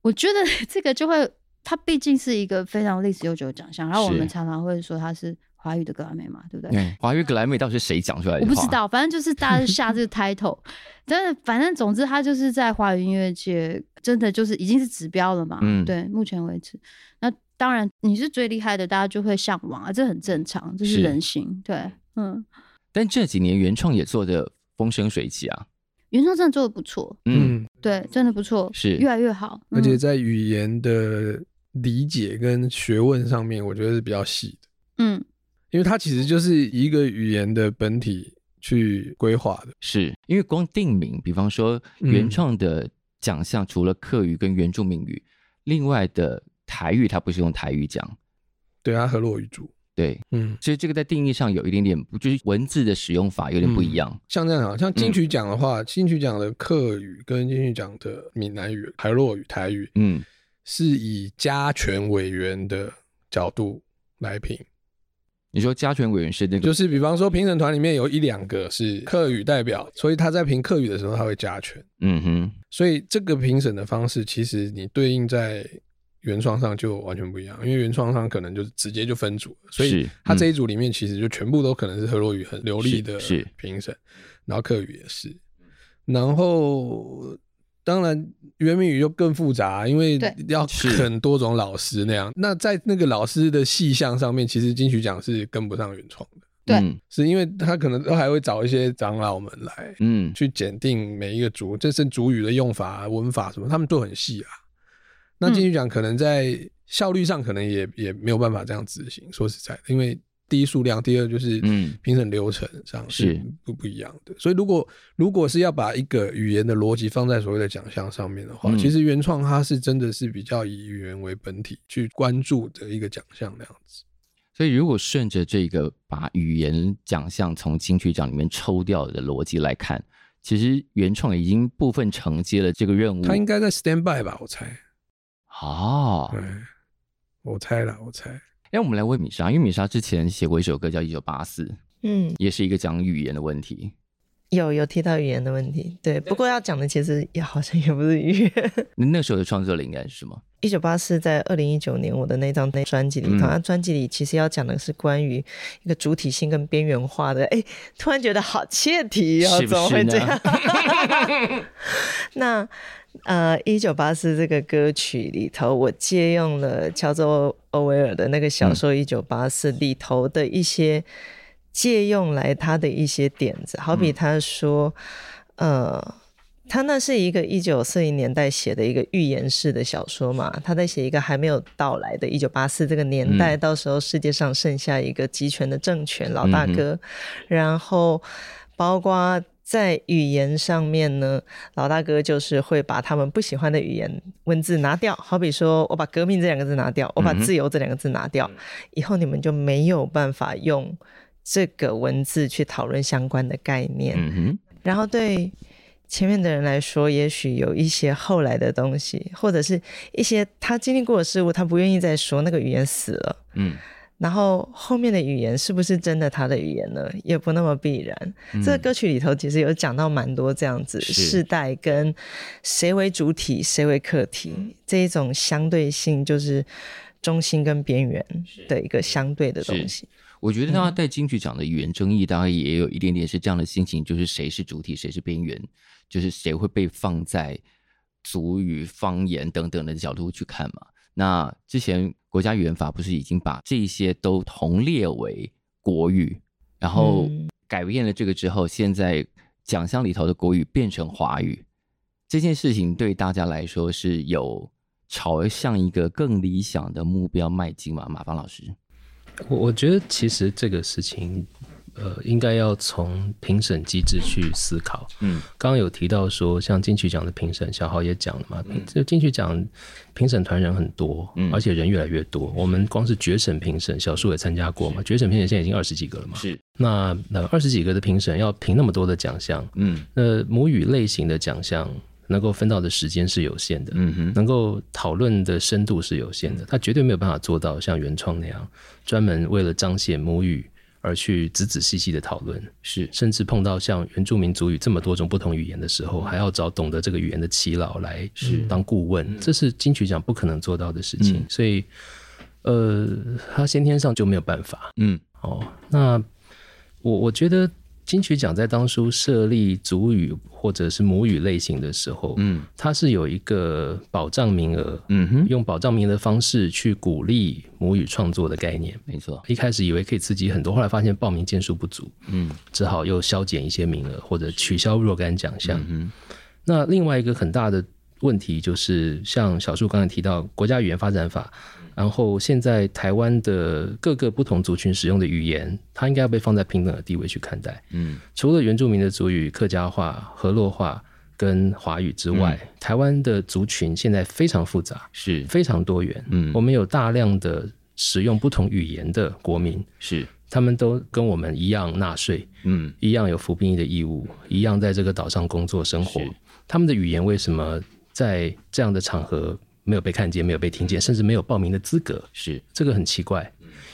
Speaker 3: 我觉得 这个就会，它毕竟是一个非常历史悠久的奖项，然后我
Speaker 1: 是
Speaker 3: 们常常会说它是华语的格莱美嘛，对不对？
Speaker 1: 对，华语格莱美到底是谁讲出来的
Speaker 3: 我
Speaker 1: 话？
Speaker 3: 不知道，反正就是大家 下这个 title，但是反正总之他就是在华语音乐界真的就是已经是指标了嘛。
Speaker 1: 嗯
Speaker 3: 对，目前为止，那当然你是最厉害的，大家就会向往啊，这很正常，这
Speaker 1: 是
Speaker 3: 是人性。对，嗯，
Speaker 1: 但这几年原创也做的风生水起啊，
Speaker 3: 原创真的做的不错，
Speaker 1: 嗯，，
Speaker 3: 对，真的不错，
Speaker 1: 是
Speaker 3: 越来越好，
Speaker 4: 而且
Speaker 3: 嗯
Speaker 4: 在语言的理解跟学问上面，我觉得是比较细的，
Speaker 3: 嗯
Speaker 4: 因为它其实就是一个语言的本体去规划的。
Speaker 1: 是因为光定名，比方说
Speaker 4: 嗯
Speaker 1: 原创的奖项，除了客语跟原住民语，另外的台语它不是用台语讲，
Speaker 4: 对，它河洛语族。
Speaker 1: 对，
Speaker 4: 嗯，
Speaker 1: 所以这个在定义上有一点点不，就是文字的使用法有点不一样。
Speaker 4: 像这样啊，像金曲奖的话，金曲奖的客语跟金曲奖的闽南语、海洛语、台语，
Speaker 1: 嗯，
Speaker 4: 是以加权委员的角度来评，
Speaker 1: 你说加权委员是那个，
Speaker 4: 就是比方说评审团里面有一两个是客语代表，所以他在评客语的时候他会加权，
Speaker 1: 嗯哼，
Speaker 4: 所以这个评审的方式其实你对应在原创上就完全不一样，因为原创上可能就是直接就分组了，所以
Speaker 1: 是
Speaker 4: 他这
Speaker 1: 嗯
Speaker 4: 一组里面其实就全部都可能是河洛语很流利的
Speaker 1: 是是
Speaker 4: 评审，然后客语也是，然后当然原名语就更复杂，因为
Speaker 3: 对
Speaker 4: 要
Speaker 1: 是
Speaker 4: 很多种老师那样。那在那个老师的细项上面，其实金曲奖是跟不上原创的，
Speaker 3: 对
Speaker 1: 嗯
Speaker 4: 是因为他可能都还会找一些长老们来
Speaker 1: 嗯
Speaker 4: 去检定每一个族，这是族语的用法、啊文法什么，他们都很细啊。那
Speaker 3: 嗯
Speaker 4: 金曲奖可能在效率上可能也也没有办法这样执行，说实在的，因为第一数量，第二就是
Speaker 1: 嗯
Speaker 4: 评审流程上
Speaker 1: 是
Speaker 4: 是不不一样的。所以如果如果是要把一个语言的逻辑放在所谓的奖项上面的话，
Speaker 1: 嗯
Speaker 4: 其实原创它是真的是比较以语言为本体去关注的一个奖项那样子。
Speaker 1: 所以如果顺着这个把语言奖项从金曲奖里面抽掉的逻辑来看，其实原创已经部分承接了这个任务。
Speaker 4: 它应该在 stand by 吧，我猜。
Speaker 1: 哦，
Speaker 4: 对，我猜啦，我猜。
Speaker 1: 哎，我们来问米莎，因为米莎之前写过一首歌叫《一九八四》，
Speaker 5: 嗯，
Speaker 1: 也是一个讲语言的问题。
Speaker 5: 有有提到语言的问题，对，不过要讲的其实也好像也不是语言。
Speaker 1: 那那时候的创作灵感是什么？
Speaker 5: 一九八四在二零一九年我的那张那专辑里
Speaker 1: 嗯
Speaker 5: 头，那、专辑里其实要讲的是关于一个主体性跟边缘化的。哎，突然觉得好切题哦，
Speaker 1: 是不
Speaker 5: 怎么会
Speaker 1: 是
Speaker 5: 这
Speaker 1: 呢
Speaker 5: 样？那呃，《一九八四》这个歌曲里头，我借用了乔治·欧威尔的那个小说《一九八四》里头的一些借用来他的一些点子，好比他说，呃，他那是一个一九四零年代写的一个预言式的小说嘛，他在写一个还没有到来的一九八四这个年代，到时候世界上剩下一个集权的政权老大哥，然后包括。在语言上面呢，老大哥就是会把他们不喜欢的语言文字拿掉，好比说我把革命这两个字拿掉，我把自由这两个字拿掉，以后你们就没有办法用这个文字去讨论相关的概念。
Speaker 1: 嗯哼，
Speaker 5: 然后对前面的人来说，也许有一些后来的东西，或者是一些他经历过的事物，他不愿意再说，那个语言死了。
Speaker 1: 嗯
Speaker 5: 然后后面的语言是不是真的他的语言呢？也不那么必然。这个歌曲里头其实有讲到蛮多这样子
Speaker 1: 嗯是
Speaker 5: 世代跟谁为主体、谁为客
Speaker 1: 嗯
Speaker 5: 体这一种相对性，就是中心跟边缘的一个相对的东西。
Speaker 1: 我觉得大家在金曲奖的语言争议，大概也有一点点是这样的心情，就是谁是主体，谁是边缘，就是谁会被放在族语、方言等等的角度去看嘛。那之前国家语言法不是已经把这一些都同列为国语，然后
Speaker 5: 嗯
Speaker 1: 改变了这个之后，现在奖项里头的国语变成华语，这件事情对大家来说是有朝向一个更理想的目标迈进嘛？马芳老师，
Speaker 2: 我我觉得其实这个事情，呃，应该要从评审机制去思考。
Speaker 1: 嗯
Speaker 2: 刚刚有提到说，像金曲奖的评审，小豪也讲了嘛，就金曲奖评审团人很多，
Speaker 1: 嗯
Speaker 2: 而且人越来越多。我们光是决审评审，小树也参加过嘛，决审评审现在已经二十几个了嘛。
Speaker 1: 是，
Speaker 2: 那那二十几个的评审要评那么多的奖项，
Speaker 1: 嗯
Speaker 2: 那母语类型的奖项能够分到的时间是有限的，
Speaker 1: 嗯哼。
Speaker 2: 能够讨论的深度是有
Speaker 1: 嗯
Speaker 2: 限的，它绝对没有办法做到像原创那样专门为了彰显母语而去仔仔细细的讨论，
Speaker 1: 是
Speaker 2: 甚至碰到像原住民族语这么多种不同语言的时
Speaker 1: 嗯
Speaker 2: 候，还要找懂得这个语言的耆老来当顾问，这是金曲奖不可能做到的事情，
Speaker 1: 嗯
Speaker 2: 所以。呃，他先天上就没有办法，
Speaker 1: 嗯
Speaker 2: 哦，那我我觉得金曲奖在当初设立主语或者是母语类型的时候，
Speaker 1: 嗯
Speaker 2: 它是有一个保障名额，
Speaker 1: 嗯哼，
Speaker 2: 用保障名额的方式去鼓励母语创作的概念。
Speaker 1: 没错，
Speaker 2: 一开始以为可以刺激很多，后来发现报名件数不足，
Speaker 1: 嗯
Speaker 2: 只好又削减一些名额或者取消若干奖项。
Speaker 1: 嗯
Speaker 2: 那另外一个很大的问题就是，像小树刚才提到国家语言发展法，然后现在台湾的各个不同族群使用的语言，它应该要被放在平等的地位去看待。
Speaker 1: 嗯
Speaker 2: 除了原住民的族语、客家话、河洛话跟华语之外，台湾的族群现在非常复杂，
Speaker 1: 嗯是
Speaker 2: 非常多元。
Speaker 1: 嗯
Speaker 2: 我们有大量的使用不同语言的国民，
Speaker 1: 是
Speaker 2: 他们都跟我们一样纳税，
Speaker 1: 嗯
Speaker 2: 一样有服兵役的义务，一样在这个岛上工作生活
Speaker 1: 是。
Speaker 2: 他们的语言为什么在这样的场合没有被看见、没有被听见，甚至没有报名的资格？
Speaker 1: 嗯是
Speaker 2: 这个很奇怪。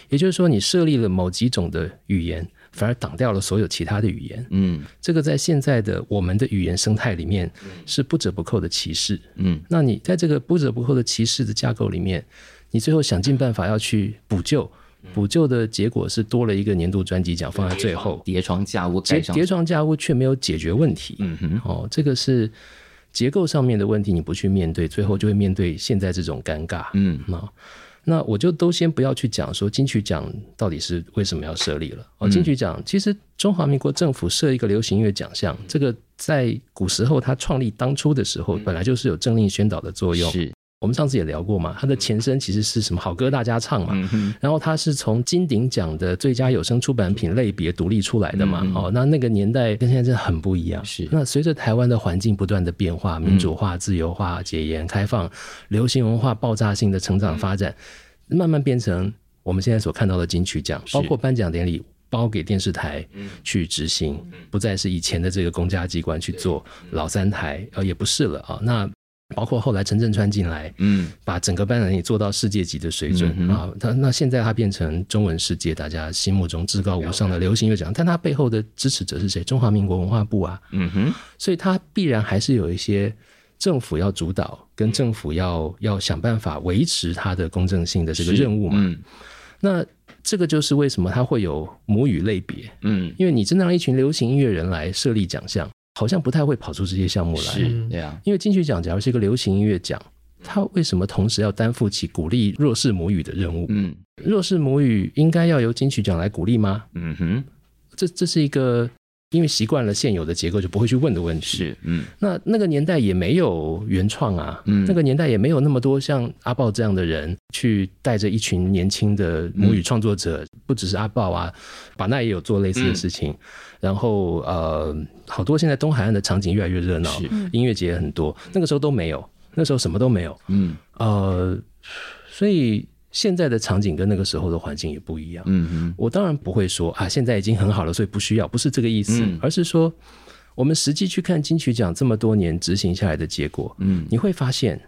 Speaker 2: 也就是说，你设立了某几种的语言，反而挡掉了所有其他的语言。
Speaker 1: 嗯
Speaker 2: 这个在现在的我们的语言生态里面是不折不扣的歧视。
Speaker 1: 嗯
Speaker 2: 那你在这个不折不扣的歧视的架构里面，你最后想尽办法要去补救，
Speaker 1: 嗯
Speaker 2: 补救的结果是多了一个年度专辑奖放在最后，
Speaker 1: 叠床架屋盖
Speaker 2: 叠
Speaker 1: 上
Speaker 2: 叠床架屋却没有解决问题。
Speaker 1: 嗯哼
Speaker 2: 哦，这个是结构上面的问题，你不去面对，最后就会面对现在这种尴尬。
Speaker 1: 嗯
Speaker 2: 那那我就都先不要去讲说金曲奖到底是为什么要设立了。哦，
Speaker 1: 嗯
Speaker 2: 金曲奖其实中华民国政府设一个流行音乐奖项，这个在古时候它创立当初的时候，本来就是有政令宣导的作用。
Speaker 1: 嗯是
Speaker 2: 我们上次也聊过嘛，它的前身其实是什么好歌大家唱嘛，
Speaker 1: 嗯哼
Speaker 2: 然后它是从金鼎奖的最佳有声出版品类别独立出来的嘛，哦，那那个年代跟现在真的很不一样。
Speaker 1: 嗯是
Speaker 2: 那随着台湾的环境不断的变化，民主化、自由化、解严、开放，流行文化爆炸性的成长发展，
Speaker 1: 嗯
Speaker 2: 慢慢变成我们现在所看到的金曲奖，包括颁奖典礼。包给电视台
Speaker 1: 嗯
Speaker 2: 去执行，不再是以前的这个公家机关去做，
Speaker 1: 嗯
Speaker 2: 老三台呃也不是了啊。那包括后来陈振川进来，
Speaker 1: 嗯
Speaker 2: 把整个班人也做到世界级的水准、
Speaker 1: 嗯哼
Speaker 2: 啊！那那现在它变成中文世界大家心目中至高无上的流行乐奖，但它背后的支持者是谁？中华民国文化部啊，
Speaker 1: 嗯哼
Speaker 2: 所以它必然还是有一些政府要主导，跟政府要要想办法维持它的公正性的这个任务嘛。
Speaker 1: 嗯
Speaker 2: 那这个就是为什么它会有母语类别，
Speaker 1: 嗯
Speaker 2: 因为你真的让一群流行音乐人来设立奖项，好像不太会跑出这些项目来。
Speaker 1: 是，对啊，
Speaker 2: 因为金曲奖假如是一个流行音乐奖，它为什么同时要担负起鼓励弱势母语的任务？
Speaker 1: 嗯
Speaker 2: 弱势母语应该要由金曲奖来鼓励吗？
Speaker 1: 嗯哼，
Speaker 2: 这这是一个因为习惯了现有的结构就不会去问的问题。，
Speaker 1: 是，嗯
Speaker 2: 那那个年代也没有原创啊，
Speaker 1: 嗯
Speaker 2: 那个年代也没有那么多像阿豹这样的人去带着一群年轻的母语创作者，不只是阿豹啊，把那也有做类似的事情。
Speaker 1: 嗯
Speaker 2: 然后呃，好多现在东海岸的场景越来越热闹
Speaker 1: 是，
Speaker 2: 音乐节也很多，那个时候都没有，那时候什么都没有。
Speaker 1: 嗯
Speaker 2: 呃，所以现在的场景跟那个时候的环境也不一样。
Speaker 1: 嗯哼，
Speaker 2: 我当然不会说啊，现在已经很好了，所以不需要，不是这个意思，
Speaker 1: 嗯
Speaker 2: 而是说我们实际去看金曲奖这么多年执行下来的结果，
Speaker 1: 嗯
Speaker 2: 你会发现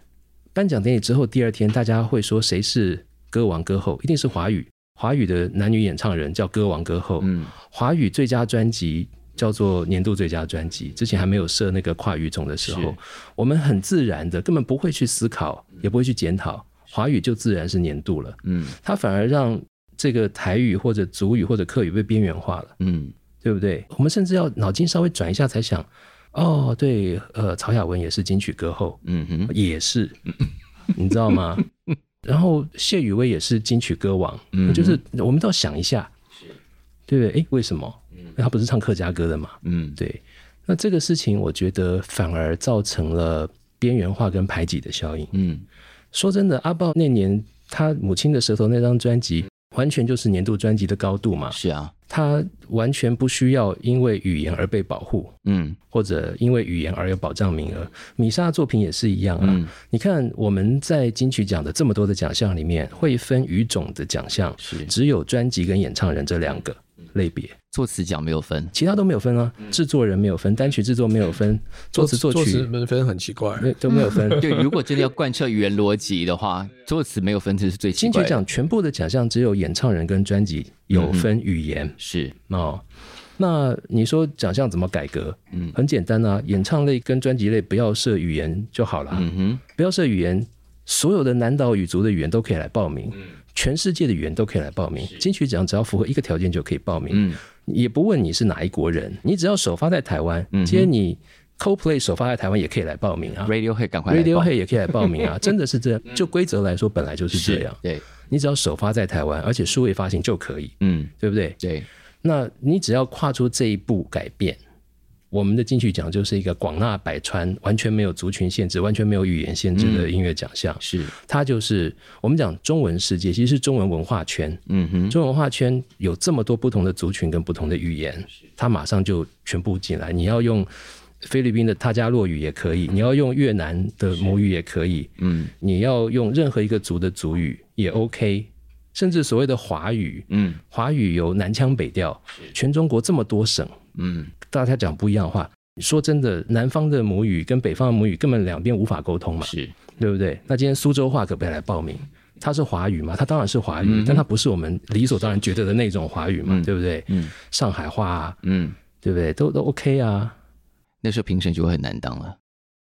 Speaker 2: 颁奖典礼之后第二天，大家会说谁是歌王歌后，一定是华语，华语的男女演唱人叫歌王歌后，
Speaker 1: 嗯
Speaker 2: 华语最佳专辑。叫做年度最佳专辑，之前还没有设那个跨语种的时
Speaker 1: 是
Speaker 2: 候，我们很自然的，根本不会去思考，也不会去检讨，华语就自然是年度了。
Speaker 1: 嗯
Speaker 2: 它反而让这个台语或者族语或者客语被边缘化了，
Speaker 1: 嗯
Speaker 2: 对不对？我们甚至要脑筋稍微转一下才想，哦，对，呃，曹雅雯也是金曲歌后，
Speaker 1: 嗯哼，
Speaker 2: 也是，你知道吗？然后谢宇威也是金曲歌王，
Speaker 1: 嗯
Speaker 2: 就是我们都要想一下，对不对？哎，为什么？他不是唱客家歌的嘛？
Speaker 1: 嗯
Speaker 2: 对，那这个事情我觉得反而造成了边缘化跟排挤的效应。
Speaker 1: 嗯
Speaker 2: 说真的，阿豹那年他母亲的舌头那张专辑，完全就是年度专辑的高度嘛。
Speaker 1: 是啊，
Speaker 2: 他完全不需要因为语言而被保护，
Speaker 1: 嗯
Speaker 2: 或者因为语言而有保障名额。米莎的作品也是一样啊。
Speaker 1: 嗯
Speaker 2: 你看我们在金曲奖的这么多的奖项里面，会分语种的奖项，
Speaker 1: 是，
Speaker 2: 只有专辑跟演唱人这两个类别，
Speaker 1: 作词奖没有分，
Speaker 2: 其他都没有分啊。制作人没有分，单曲制作没有分，作词作
Speaker 4: 作词
Speaker 2: 曲
Speaker 4: 们分很奇怪，
Speaker 2: 没都没有分。
Speaker 1: 对，如果真的要贯彻语言逻辑的话，作词没有分词是最奇
Speaker 2: 金曲
Speaker 1: 怪的。嗯
Speaker 2: 奖全部的奖项只有演唱人跟专辑有分语言、
Speaker 1: 是，
Speaker 2: 哦。那你说奖项怎么改革？
Speaker 1: 嗯
Speaker 2: 很简单啊，演唱类跟专辑类不要设语言就好了，啊
Speaker 1: 嗯
Speaker 2: 不要设语言，所有的南岛语族的语言都可以来报名，
Speaker 1: 嗯
Speaker 2: 全世界的语言都可以来报名。金曲奖只要符合一个条件就可以报名，
Speaker 1: 嗯
Speaker 2: 也不问你是哪一国人，你只要首发在台湾，
Speaker 1: 嗯哼
Speaker 2: 今天你 CoPlay 首发在台湾也可以来报名啊
Speaker 1: 哼，Radiohead 赶快来报嗯
Speaker 2: ，Radiohead 也可以来报 名啊，真的是这样。就规则来说，本来就是这样。
Speaker 1: 对，
Speaker 2: 你只要首发在台湾，而且数位发行就可以，
Speaker 1: 嗯
Speaker 2: 对不对？
Speaker 1: 对，
Speaker 2: 那你只要跨出这一步改变，我们的金曲奖就是一个广纳百川、完全没有族群限制、完全没有语言限制的音乐奖项。
Speaker 1: 是，
Speaker 2: 它就是我们讲中文世界，其实是中文文化圈。
Speaker 1: 嗯哼，
Speaker 2: 中文文化圈有这么多不同的族群跟不同的语言，它马上就全部进来。你要用菲律宾的他加洛语也可以，你要用越南的母语也可以，
Speaker 1: 嗯
Speaker 2: 你要用任何一个族的族语也 OK，甚至所谓的华语，
Speaker 1: 嗯
Speaker 2: 华语有南腔北调，全中国这么多省，
Speaker 1: 嗯
Speaker 2: 大家讲不一样的话，说真的，南方的母语跟北方的母语根本两边无法沟通嘛，
Speaker 1: 是，
Speaker 2: 对不对？那今天苏州话可不可以来报名？它是华语嘛？它当然是华语，
Speaker 1: 嗯哼
Speaker 2: 但它不是我们理所当然觉得的那种华语嘛，
Speaker 1: 嗯
Speaker 2: 对不对？
Speaker 1: 嗯
Speaker 2: 上海话、啊，
Speaker 1: 嗯，
Speaker 2: 对不对？都都 OK 啊。
Speaker 1: 那时候评审就会很难当了。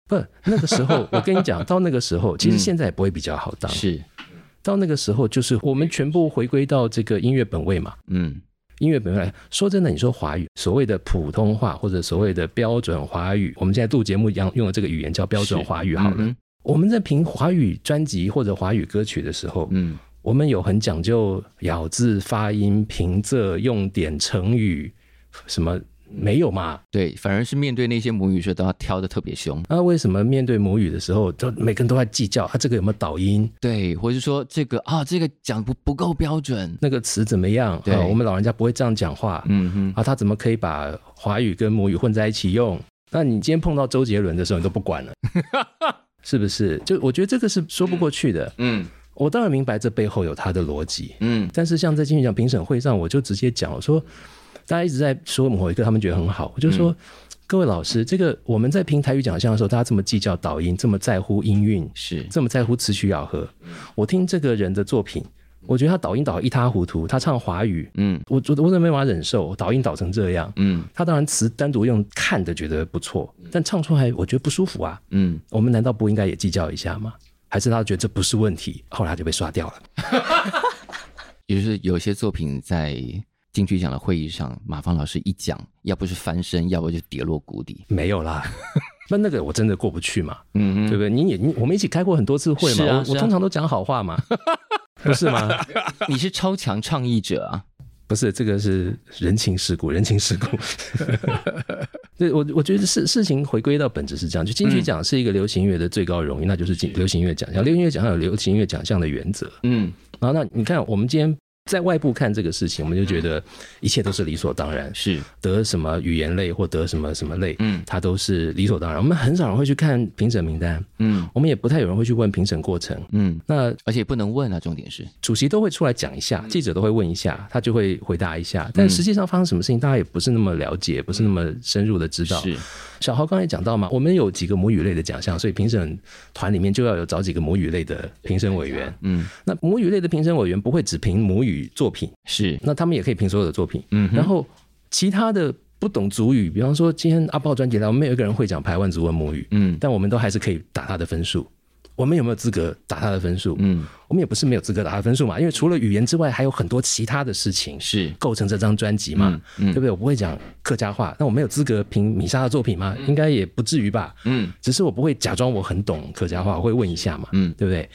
Speaker 2: 不，那个时候我跟你讲，到那个时候，其实现在也不会比较好当。
Speaker 1: 嗯是，
Speaker 2: 到那个时候，就是我们全部回归到这个音乐本位嘛。
Speaker 1: 嗯
Speaker 2: 音乐本来说真的，你说华语所谓的普通话或者所谓的标准华语，我们现在录节目一样用的这个语言叫标准华语好了。
Speaker 1: 嗯
Speaker 2: 我们在评华语专辑或者华语歌曲的时候，
Speaker 1: 嗯
Speaker 2: 我们有很讲究咬字、发音、平仄、用典、成语，什么没有嘛？
Speaker 1: 对，反而是面对那些母语说都要挑的特别凶，
Speaker 2: 那、为什么面对母语的时候，就每个人都在计较啊？这个有没有导音？
Speaker 1: 对，或是说这个啊，这个讲不不够标准，
Speaker 2: 那个词怎么样？
Speaker 1: 对
Speaker 2: 啊我们老人家不会这样讲话。
Speaker 1: 嗯哼，
Speaker 2: 啊，他怎么可以把华语跟母语混在一起用？那你今天碰到周杰伦的时候，你都不管了，是不是？就我觉得这个是说不过去的。
Speaker 1: 嗯
Speaker 2: 我当然明白这背后有他的逻辑，
Speaker 1: 嗯
Speaker 2: 但是像在金曲奖评审会上，我就直接讲，我说大家一直在说某一个他们觉得很好，我就说、各位老师，这个我们在评台语奖项的时候，大家这么计较导音，这么在乎音韵，
Speaker 1: 是，
Speaker 2: 这么在乎词曲咬合，我听这个人的作品，我觉得他导音导得一塌糊涂，他唱华语，
Speaker 1: 嗯
Speaker 2: 我我我真的没办法忍受导音导成这样。
Speaker 1: 嗯
Speaker 2: 他当然词单独用看的觉得不错，但唱出来我觉得不舒服啊。
Speaker 1: 嗯，
Speaker 2: 我们难道不应该也计较一下吗？还是他觉得这不是问题，后来他就被刷掉了？
Speaker 1: 也就是有些作品在。金曲奖的会议上，马芳老师一讲，要不是翻身，要不就跌落谷底。
Speaker 2: 没有啦。 那那个我真的过不去嘛，
Speaker 1: 嗯
Speaker 2: 对不对？你也你我们一起开过很多次会嘛，
Speaker 1: 是啊
Speaker 2: 我
Speaker 1: 是
Speaker 2: 我
Speaker 1: 啊
Speaker 2: 通常都讲好话 嘛，不是吗？
Speaker 1: 你是超强倡议者啊！
Speaker 2: 不是，这个是人情世故，人情 世故。对，我我觉得事事情回归到本质是这样，就金曲
Speaker 1: 嗯
Speaker 2: 奖是一个流行音乐的最高荣誉，那就是金流行音乐奖项。流行音乐奖项有流行音乐奖项的原则，
Speaker 1: 嗯
Speaker 2: 然后那你看我们今天。在外部看这个事情，我们就觉得一切都是理所当然，
Speaker 1: 是
Speaker 2: 得什么语言类或得什么什么类，
Speaker 1: 嗯
Speaker 2: 它都是理所当然。我们很少人会去看评审名单，
Speaker 1: 嗯
Speaker 2: 我们也不太有人会去问评审过程。
Speaker 1: 嗯，
Speaker 2: 那
Speaker 1: 而且不能问啊，重点是，
Speaker 2: 主席都会出来讲一下，记者都会问一下，他就会回答一下。但
Speaker 1: 嗯
Speaker 2: 实际上发生什么事情，大家也不是那么了解，不是那么深入的知道。
Speaker 1: 是
Speaker 2: 小豪刚才讲到嘛，我们有几个母语类的奖项，所以评审团里面就要有找几个母语类的评审委员。
Speaker 1: 嗯
Speaker 2: 那母语类的评审委员不会只评母语作品，
Speaker 1: 是
Speaker 2: 那他们也可以评所有的作品。
Speaker 1: 嗯哼
Speaker 2: 然后其他的不懂族语，比方说今天阿豹专辑来，我们没有一个人会讲排湾族文母语，
Speaker 1: 嗯
Speaker 2: 但我们都还是可以打他的分数。我们有没有资格打他的分数？
Speaker 1: 嗯
Speaker 2: 我们也不是没有资格打他分数嘛，因为除了语言之外，还有很多其他的事情
Speaker 1: 是
Speaker 2: 构成这张专辑嘛，
Speaker 1: 嗯
Speaker 2: 对不对？我不会讲客家话，那我没有资格评米莎的作品吗？应该也不至于吧。
Speaker 1: 嗯
Speaker 2: 只是我不会假装我很懂客家话，我会问一下嘛，
Speaker 1: 嗯
Speaker 2: 对不对？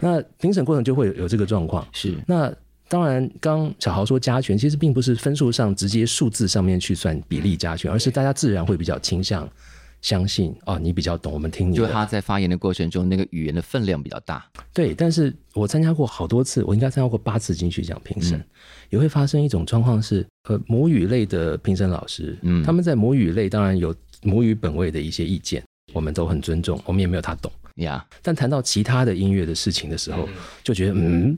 Speaker 2: 那评审过程就会有有这个状况。
Speaker 1: 是
Speaker 2: 那当然，刚小豪说加权，其实并不是分数上直接数字上面去算比例加权，而是大家自然会比较倾向相信哦，你比较懂，我们听你
Speaker 1: 就
Speaker 2: 的。
Speaker 1: 他在发言的过程中，那个语言的分量比较大。
Speaker 2: 对，但是我参加过好多次，我应该参加过八次金曲奖评
Speaker 1: 嗯
Speaker 2: 审，也会发生一种状况是，呃，母语类的评审老师，
Speaker 1: 嗯
Speaker 2: 他们在母语类当然有母语本位的一些意见，我们都很尊重，我们也没有他懂。
Speaker 1: 呀、
Speaker 2: 但谈到其他的音乐的事情的时候，就觉得 嗯，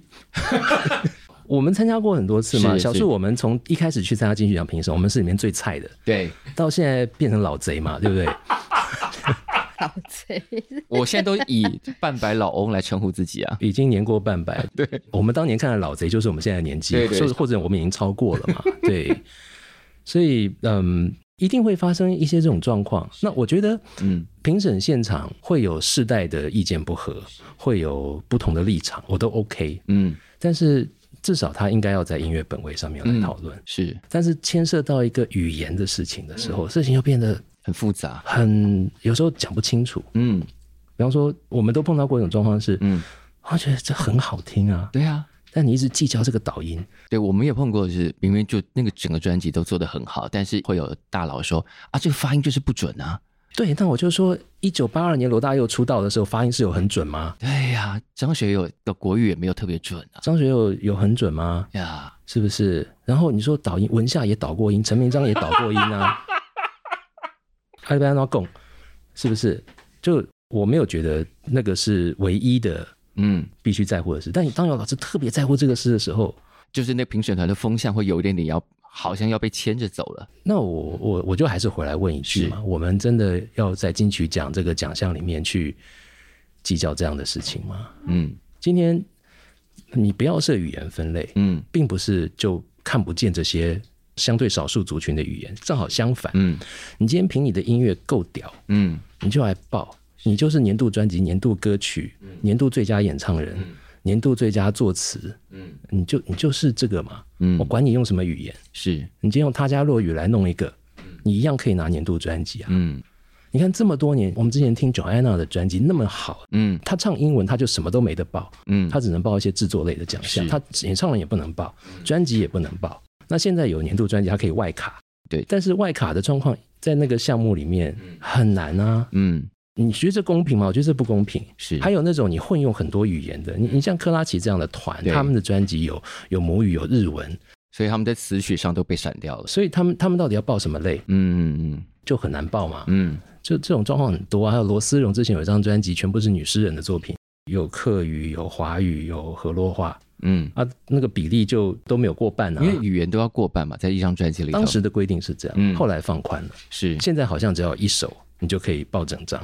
Speaker 2: 我们参加过很多次嘛。
Speaker 1: 是
Speaker 2: 小
Speaker 1: 是
Speaker 2: 树，我们从一开始去参加金曲奖评审，我们是里面最菜的，
Speaker 1: 对，
Speaker 2: 到现在变成老贼嘛，对不对？
Speaker 3: 老贼，
Speaker 1: 我现在都以半百老翁来称呼自己啊。
Speaker 2: 已经年过半百，对，我们当年看的老贼就是我们现在的年纪，
Speaker 1: 对对
Speaker 2: 或者或者我们已经超过了 嘛，对，所以嗯，一定会发生一些这种状况。那我觉得，
Speaker 1: 嗯
Speaker 2: 嗯，评审现场会有世代的意见不合，会有不同的立场，我都 OK，
Speaker 1: 嗯，
Speaker 2: 但是至少他应该要在音乐本位上面
Speaker 1: 嗯
Speaker 2: 来讨论。
Speaker 1: 是
Speaker 2: 但是牵涉到一个语言的事情的时候，事情又变得
Speaker 1: 很复杂。
Speaker 2: 很有时候讲不清楚。
Speaker 1: 嗯
Speaker 2: 比方说，我们都碰到过一种状况是，
Speaker 1: 嗯，
Speaker 2: 我觉得这很好听啊，
Speaker 1: 对啊，
Speaker 2: 但你一直计较这个导音，
Speaker 1: 对，我们也碰过的是，明明就那个整个专辑都做得很好，但是会有大佬说啊，这个发音就是不准啊。
Speaker 2: 对，那我就说，一九八二年罗大佑出道的时候，发音是有很准吗？
Speaker 1: 对呀、张学友的国语也没有特别准啊。
Speaker 2: 张学友有很准吗？
Speaker 1: 呀，
Speaker 2: 是不是？然后你说导音，文夏也导过音，陈明章也导过音啊，阿里巴巴贡，是不是？就我没有觉得那个是唯一的
Speaker 1: 嗯，
Speaker 2: 必须在乎的事，但你当有老师特别在乎这个事的时候，
Speaker 1: 就是那评审团的风向会有一点点要，好像要被牵着走了。
Speaker 2: 那我我我就还是回来问一句嘛，我们真的要在金曲奖这个奖项里面去计较这样的事情吗？
Speaker 1: 嗯
Speaker 2: 今天你不要设语言分类，
Speaker 1: 嗯
Speaker 2: 并不是就看不见这些相对少数族群的语言，正好相反，
Speaker 1: 嗯
Speaker 2: 你今天凭你的音乐够屌，
Speaker 1: 嗯
Speaker 2: 你就来报，你就是年度专辑、年度歌曲、年度最佳演唱人、年度最佳作词，
Speaker 1: 嗯
Speaker 2: 你就你就是这个嘛，我
Speaker 1: 嗯，
Speaker 2: 管你用什么语言，
Speaker 1: 是，
Speaker 2: 你今天用他家落语来弄一个，你一样可以拿年度专辑啊。
Speaker 1: 嗯
Speaker 2: 你看这么多年，我们之前听 Joanna 的专辑那么好，
Speaker 1: 嗯
Speaker 2: 她唱英文她就什么都没得报，
Speaker 1: 嗯，
Speaker 2: 她只能报一些制作类的奖项，
Speaker 1: 是嗯
Speaker 2: 她演唱人也不能报，专辑也不能报。那现在有年度专辑，她可以外卡，
Speaker 1: 对
Speaker 2: 但是外卡的状况在那个项目里面很难啊。
Speaker 1: 嗯
Speaker 2: 你觉得这公平吗？我觉得这不公平。
Speaker 1: 是，
Speaker 2: 还
Speaker 1: 有
Speaker 2: 有那种你混用很多语言的，你你像克拉奇这样的团，
Speaker 1: 对
Speaker 2: 他们的专辑有有母语有日文，
Speaker 1: 所以他们在词曲上都被闪掉了。
Speaker 2: 所以他们他们到底要报什么类，
Speaker 1: 嗯嗯
Speaker 2: 就很难报嘛。
Speaker 1: 嗯
Speaker 2: 就这种状况很多啊。还有罗思荣之前有一张专辑，全部是女诗人的作品，有客语、有华语、有河洛话
Speaker 1: 嗯，
Speaker 2: 啊，那个比例就都没有过半啊
Speaker 1: 因。为语言都要过半嘛，在一张专辑里头。
Speaker 2: 当时的规定是这样，
Speaker 1: 嗯
Speaker 2: 后来放宽了，
Speaker 1: 是
Speaker 2: 现在好像只要一首你就可以报整张。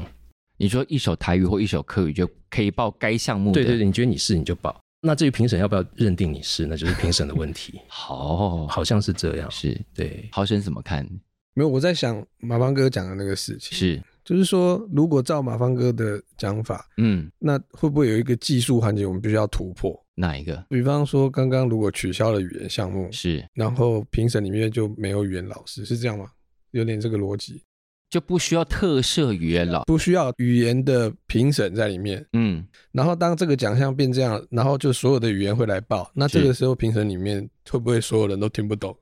Speaker 1: 你说一首台语或一首客语就可以报该项目的。，
Speaker 2: 对对对，你觉得你是你就报。那至于评审要不要认定你是，那就是评审的问题
Speaker 1: 好，
Speaker 2: 好像是这样。
Speaker 1: 哦是
Speaker 2: 对，
Speaker 1: 豪生怎么看？
Speaker 4: 没有，我在想马芳哥讲的那个事情，
Speaker 1: 是
Speaker 4: 就是说，如果照马芳哥的讲法，
Speaker 1: 嗯
Speaker 4: 那会不会有一个技术环节我们必须要突破？
Speaker 1: 哪一个
Speaker 4: 比方说，刚刚如果取消了语言项目，
Speaker 1: 是
Speaker 4: 然后评审里面就没有语言老师，是这样吗？有点这个逻辑，
Speaker 1: 就不需要特设语言了？
Speaker 4: 不需要语言的评审在里面。
Speaker 1: 嗯，
Speaker 4: 然后当这个奖项变这样，然后就所有的语言会来报，那这
Speaker 1: 是
Speaker 4: 个时候评审里面会不会所有人都听不懂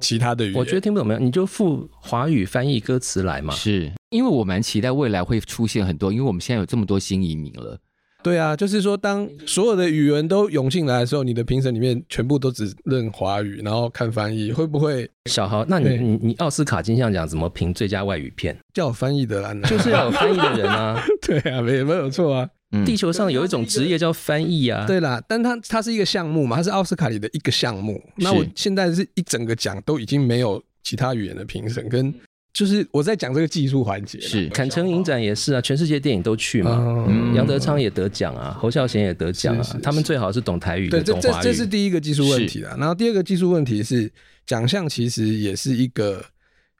Speaker 4: 其他的语言？
Speaker 2: 我觉得听不懂没有，你就附华语翻译歌词来嘛。
Speaker 1: 是因为我蛮期待未来会出现很多，因为我们现在有这么多新移民了。
Speaker 4: 对啊，就是说，当所有的语言都涌进来的时候，你的评审里面全部都只认华语，然后看翻译，会不会
Speaker 2: 小豪，那你
Speaker 4: 对
Speaker 2: 你你奥斯卡金像奖怎么评最佳外语 片？
Speaker 4: 叫我翻译的啦？
Speaker 2: 就是要有翻译的人啊。
Speaker 4: 对啊，没没有错啊。
Speaker 1: 嗯
Speaker 2: 地球上有一种职业叫翻译啊。
Speaker 4: 对啦，但它它是一个项目嘛，它是奥斯卡里的一个项目。那我现在是一整个奖都已经没有其他语言的评审，跟就是我在讲这个技术环节啦。
Speaker 1: 是
Speaker 2: 坎城影展也是啊，全世界电影都去嘛。
Speaker 4: 嗯，
Speaker 2: 杨德昌也得奖啊，侯孝贤也得奖啊
Speaker 4: 是是是，
Speaker 2: 他们最好是懂台语
Speaker 4: 对，
Speaker 2: 的，
Speaker 4: 这
Speaker 2: 懂
Speaker 4: 这
Speaker 2: 华
Speaker 4: 这
Speaker 2: 语。
Speaker 4: 是第一个技术问题啦。然后第二个技术问题是，奖项其实也是一个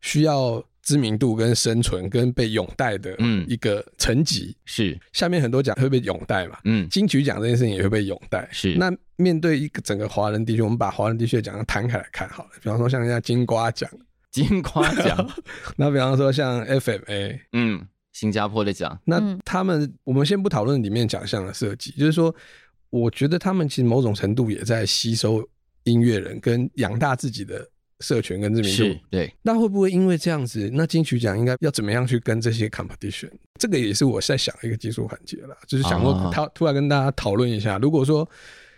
Speaker 4: 需要知名度跟生存跟被拥戴的
Speaker 1: 嗯
Speaker 4: 一个层级。
Speaker 1: 是
Speaker 4: 下面很多奖会被拥戴嘛，
Speaker 1: 嗯
Speaker 4: 金曲奖这件事情也会被拥戴。
Speaker 1: 是
Speaker 4: 那面对一个整个华人地区，我们把华人地区的奖项摊开来看好了，比方说像人家金瓜奖，
Speaker 1: 金瓜奖，
Speaker 4: 那比方说像 FMA，
Speaker 1: 嗯，新加坡的奖，
Speaker 4: 那
Speaker 3: 嗯
Speaker 4: 他们，我们先不讨论里面奖项的设计，就是说，我觉得他们其实某种程度也在吸收音乐人跟养大自己的社群跟知名
Speaker 1: 是
Speaker 4: 度。
Speaker 1: 对，
Speaker 4: 那会不会因为这样子，那金曲奖应该要怎么样去跟这些 competition？这个也是我在想的一个技术环节啦，就是想过
Speaker 1: 啊
Speaker 4: 他突然跟大家讨论一下，如果说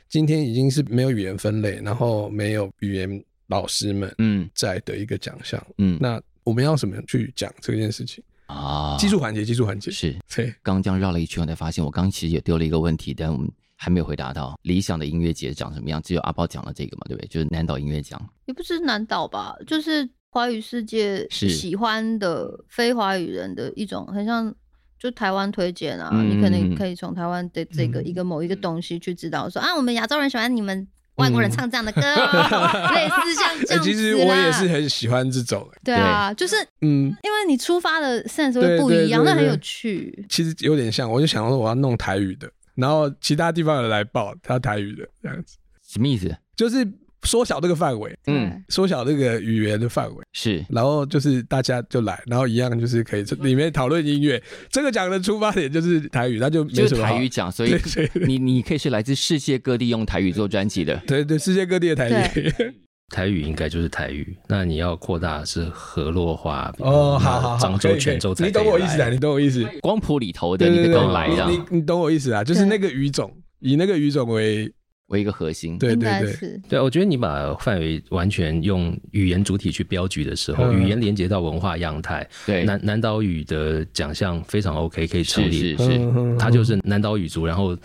Speaker 4: 今天已经是没有语言分类，然后没有语言老师们
Speaker 1: 嗯
Speaker 4: 在的一个奖项，
Speaker 1: 嗯
Speaker 4: 那我们要怎么去讲这件事情？
Speaker 1: 啊，
Speaker 4: 技术环节，技术环节，
Speaker 1: 是
Speaker 4: 对。
Speaker 1: 刚这样绕了一圈，我才发现我刚其实也丢了一个问题，但我们还没有回答到理想的音乐节长什么样。只有阿包讲了这个嘛，对不对？就是南岛音乐奖，
Speaker 3: 也不是难倒吧，就是华语世界
Speaker 1: 是
Speaker 3: 喜欢的非华语人的一种，很像就台湾推荐啊，
Speaker 1: 嗯
Speaker 3: 你
Speaker 1: 嗯
Speaker 3: 可
Speaker 1: 嗯
Speaker 3: 能可以从台湾的这
Speaker 4: 嗯
Speaker 3: 个一个某一个东西去知道说、啊，我们亚洲人喜欢你们外国人唱这样的歌、哦，类似像这样子
Speaker 4: 嗯 哎，
Speaker 3: 啦、
Speaker 4: 其实我也是很喜欢这种、
Speaker 3: 对啊，就是
Speaker 4: 嗯，
Speaker 3: 因为你出发的 sense 会
Speaker 4: 对
Speaker 3: 不一样，
Speaker 4: 对对
Speaker 3: 那很
Speaker 4: 对
Speaker 3: 有趣。
Speaker 4: 其实有点像，我就想说我要弄台语的，然后其他地方有人来报他台语的这样子，
Speaker 1: 什么意思？
Speaker 4: 就是缩小这个范围，
Speaker 1: 嗯
Speaker 3: 对，
Speaker 4: 缩小这个语言的范围，
Speaker 1: 是
Speaker 4: 然后就是大家就来，然后一样就是可以里面讨论音乐，这个奖的出发点就是台语，那就
Speaker 1: 就是
Speaker 4: 没什么好
Speaker 1: 台语奖，所以
Speaker 4: 对对对
Speaker 1: 你你可以是来自世界各地用台语做专辑的。
Speaker 4: 对对，世界各地的台语，
Speaker 2: 台语应该就是台语，那你要扩大是河洛话。比如
Speaker 4: 哦，好好好，
Speaker 2: 漳州、
Speaker 4: 可以
Speaker 2: 泉州
Speaker 4: 可
Speaker 2: 才
Speaker 4: 以你懂
Speaker 2: 可以
Speaker 4: 我意思
Speaker 2: 来
Speaker 4: 啊，你懂我意思，
Speaker 1: 光谱里头的
Speaker 4: 对
Speaker 1: 你
Speaker 4: 对
Speaker 1: 的
Speaker 4: 对，
Speaker 1: 都来的，
Speaker 4: 你你你懂我意思啊，就是那个语种，以那个语种为，
Speaker 1: 为一个核心。
Speaker 4: 对
Speaker 3: 应
Speaker 4: 对
Speaker 3: 该
Speaker 4: 对。嗯
Speaker 3: 是
Speaker 2: 对，我觉得你把范围完全用语言主体去标举的时候，
Speaker 4: 嗯
Speaker 2: 语言连接到文化样态，
Speaker 1: 对，
Speaker 2: 南南岛语的奖项非常 OK，可以成
Speaker 1: 是
Speaker 2: 立。
Speaker 1: 是是，
Speaker 4: 嗯
Speaker 2: 它就是南岛语族，然后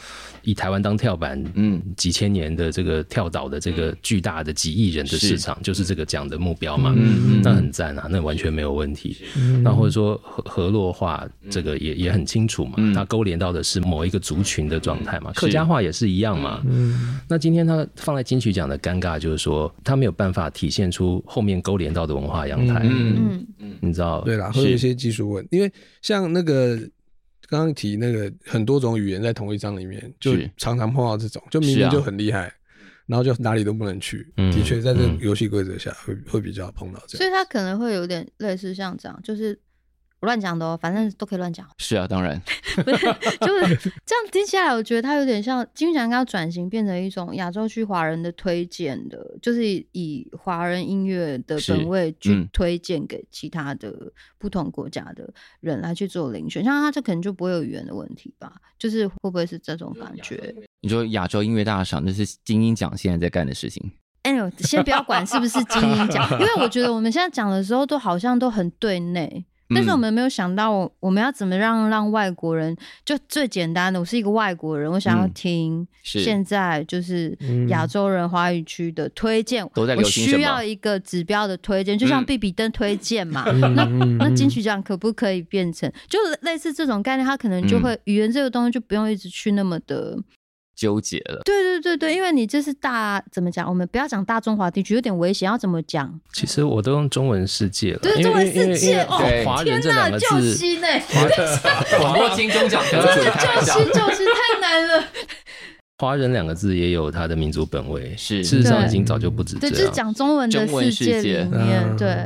Speaker 2: 以台湾当跳板，
Speaker 1: 嗯，
Speaker 2: 几千年的这个跳岛的这个巨大的几亿人的市场，就是这个奖的目标嘛。
Speaker 1: 嗯嗯
Speaker 2: 那很赞啊，那完全没有问题。那或者说河河洛话这个也也很清楚嘛，
Speaker 1: 嗯
Speaker 2: 它勾连到的是某一个族群的状态嘛。
Speaker 1: 是嗯
Speaker 2: 客家话也是一样嘛。那今天它放在金曲奖的尴尬就是说，它没有办法体现出后面勾连到的文化样态。
Speaker 1: 嗯
Speaker 3: 嗯，
Speaker 2: 你知道？
Speaker 4: 对啦，
Speaker 2: 哦是
Speaker 4: 会有一些技术问，因为像那个刚刚提那个很多种语言在同一章里面，就是常常碰到这种，就明
Speaker 1: 是啊
Speaker 4: 明就很厉害，然后就哪里都不能去。
Speaker 2: 嗯
Speaker 4: 的确，在这个
Speaker 2: 嗯
Speaker 4: 游戏规则下会会比较碰到这
Speaker 3: 所以
Speaker 4: 样。
Speaker 3: 他可能会有点类似像这样，就是我乱讲的哦，反正都可以乱讲。
Speaker 1: 是啊，当然，
Speaker 3: 就是这样听起来，我觉得它有点像金曲奖应该要转型变成一种亚洲区华人的推荐的，就是以以华人音乐的
Speaker 1: 是
Speaker 3: 本位
Speaker 1: 嗯
Speaker 3: 去推荐给其他的不同国家的人来去做遴选。像他这可能就不会有语言的问题吧？就是会不会是这种感觉？
Speaker 1: 你说亚洲音乐大赏，那是精英奖现在在干的事情。
Speaker 3: 哎呦，先不要管是不是精 英奖，因为我觉得我们现在讲的时候都好像都很对内，
Speaker 1: 嗯
Speaker 3: 但是我们没有想到我我们要怎么让让外国人就最简单的，我是一个外国人，我想要
Speaker 1: 嗯
Speaker 3: 听。
Speaker 1: 是嗯
Speaker 3: 现在就是亚洲人华语区的推荐，
Speaker 1: 都在
Speaker 3: 我
Speaker 1: 流行什么
Speaker 3: 需要一个指标的推荐，就像
Speaker 1: 嗯
Speaker 3: 比比登推荐嘛。那那金曲奖可不可以变成就类似这种概念？它可能
Speaker 1: 嗯
Speaker 3: 就会语言这个东西就不用一直去那么的，
Speaker 1: 纠结 了，
Speaker 3: 对对对对，因为你这是大怎么讲？我们不要讲大中华地区，有点危险，要怎么讲？
Speaker 2: 其实我都用中文世界了，
Speaker 3: 对
Speaker 2: 因为
Speaker 3: 中文
Speaker 2: 因为
Speaker 3: 世界
Speaker 2: 因为
Speaker 3: 哦
Speaker 2: 对华人这两个
Speaker 3: 救
Speaker 2: 字，
Speaker 3: 星呢？欸
Speaker 1: 广播金钟奖得主
Speaker 3: 救星救星太难了。
Speaker 2: 华人两个字也有它的民族本位，
Speaker 1: 是
Speaker 2: 事实上
Speaker 3: 对
Speaker 2: 已经早就不止这
Speaker 3: 对，就是
Speaker 2: 样。
Speaker 3: 讲中文的
Speaker 1: 啊中文
Speaker 3: 世
Speaker 1: 世
Speaker 3: 界
Speaker 1: 界
Speaker 3: 里面，
Speaker 4: 嗯
Speaker 3: 对，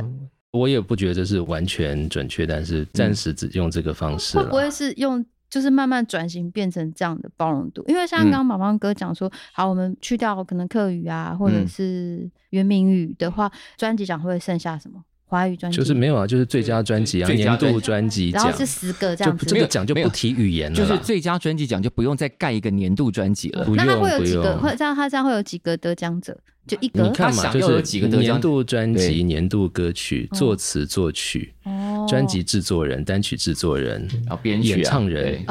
Speaker 2: 我也不觉得这是完全准确，但是暂时只用这个方式
Speaker 3: 会
Speaker 2: 了。
Speaker 3: 不会是用就是慢慢转型变成这样的包容度？因为像
Speaker 2: 嗯
Speaker 3: 刚刚宝宝哥讲说，好，我们去掉可能客语啊，或者
Speaker 1: 嗯
Speaker 3: 是原名语的话，专辑奖会剩下什么？华语专辑
Speaker 2: 就是没有啊，就是最佳专辑啊，
Speaker 1: 最佳专
Speaker 2: 年
Speaker 1: 辑
Speaker 2: 度专辑
Speaker 3: 然后
Speaker 2: 奖，
Speaker 3: 是十个这
Speaker 2: 就
Speaker 3: 样
Speaker 2: 不
Speaker 3: 子，
Speaker 2: 这个奖就
Speaker 1: 没有
Speaker 2: 不提语言
Speaker 1: 就
Speaker 2: 了
Speaker 1: 是
Speaker 2: 啦。
Speaker 1: 最佳专辑奖就不用再盖一个年度专辑了。
Speaker 2: 不
Speaker 3: 那他
Speaker 2: 用
Speaker 3: 会有
Speaker 2: 不
Speaker 3: 几个？
Speaker 2: 用
Speaker 3: 会这样，他这样会有几个得奖者？就一
Speaker 2: 你
Speaker 3: 个
Speaker 2: 看
Speaker 1: 呃他
Speaker 2: 嘛，
Speaker 1: 想要有
Speaker 2: 就
Speaker 1: 几
Speaker 2: 是
Speaker 1: 个得奖
Speaker 2: 年度专
Speaker 1: 对
Speaker 2: 辑、年度歌曲、
Speaker 3: 哦
Speaker 2: 作词作曲、
Speaker 3: 哦，
Speaker 2: 专辑制作人、单曲制作人、
Speaker 1: 然后编曲啊、
Speaker 2: 演唱人、
Speaker 3: 对
Speaker 2: 编曲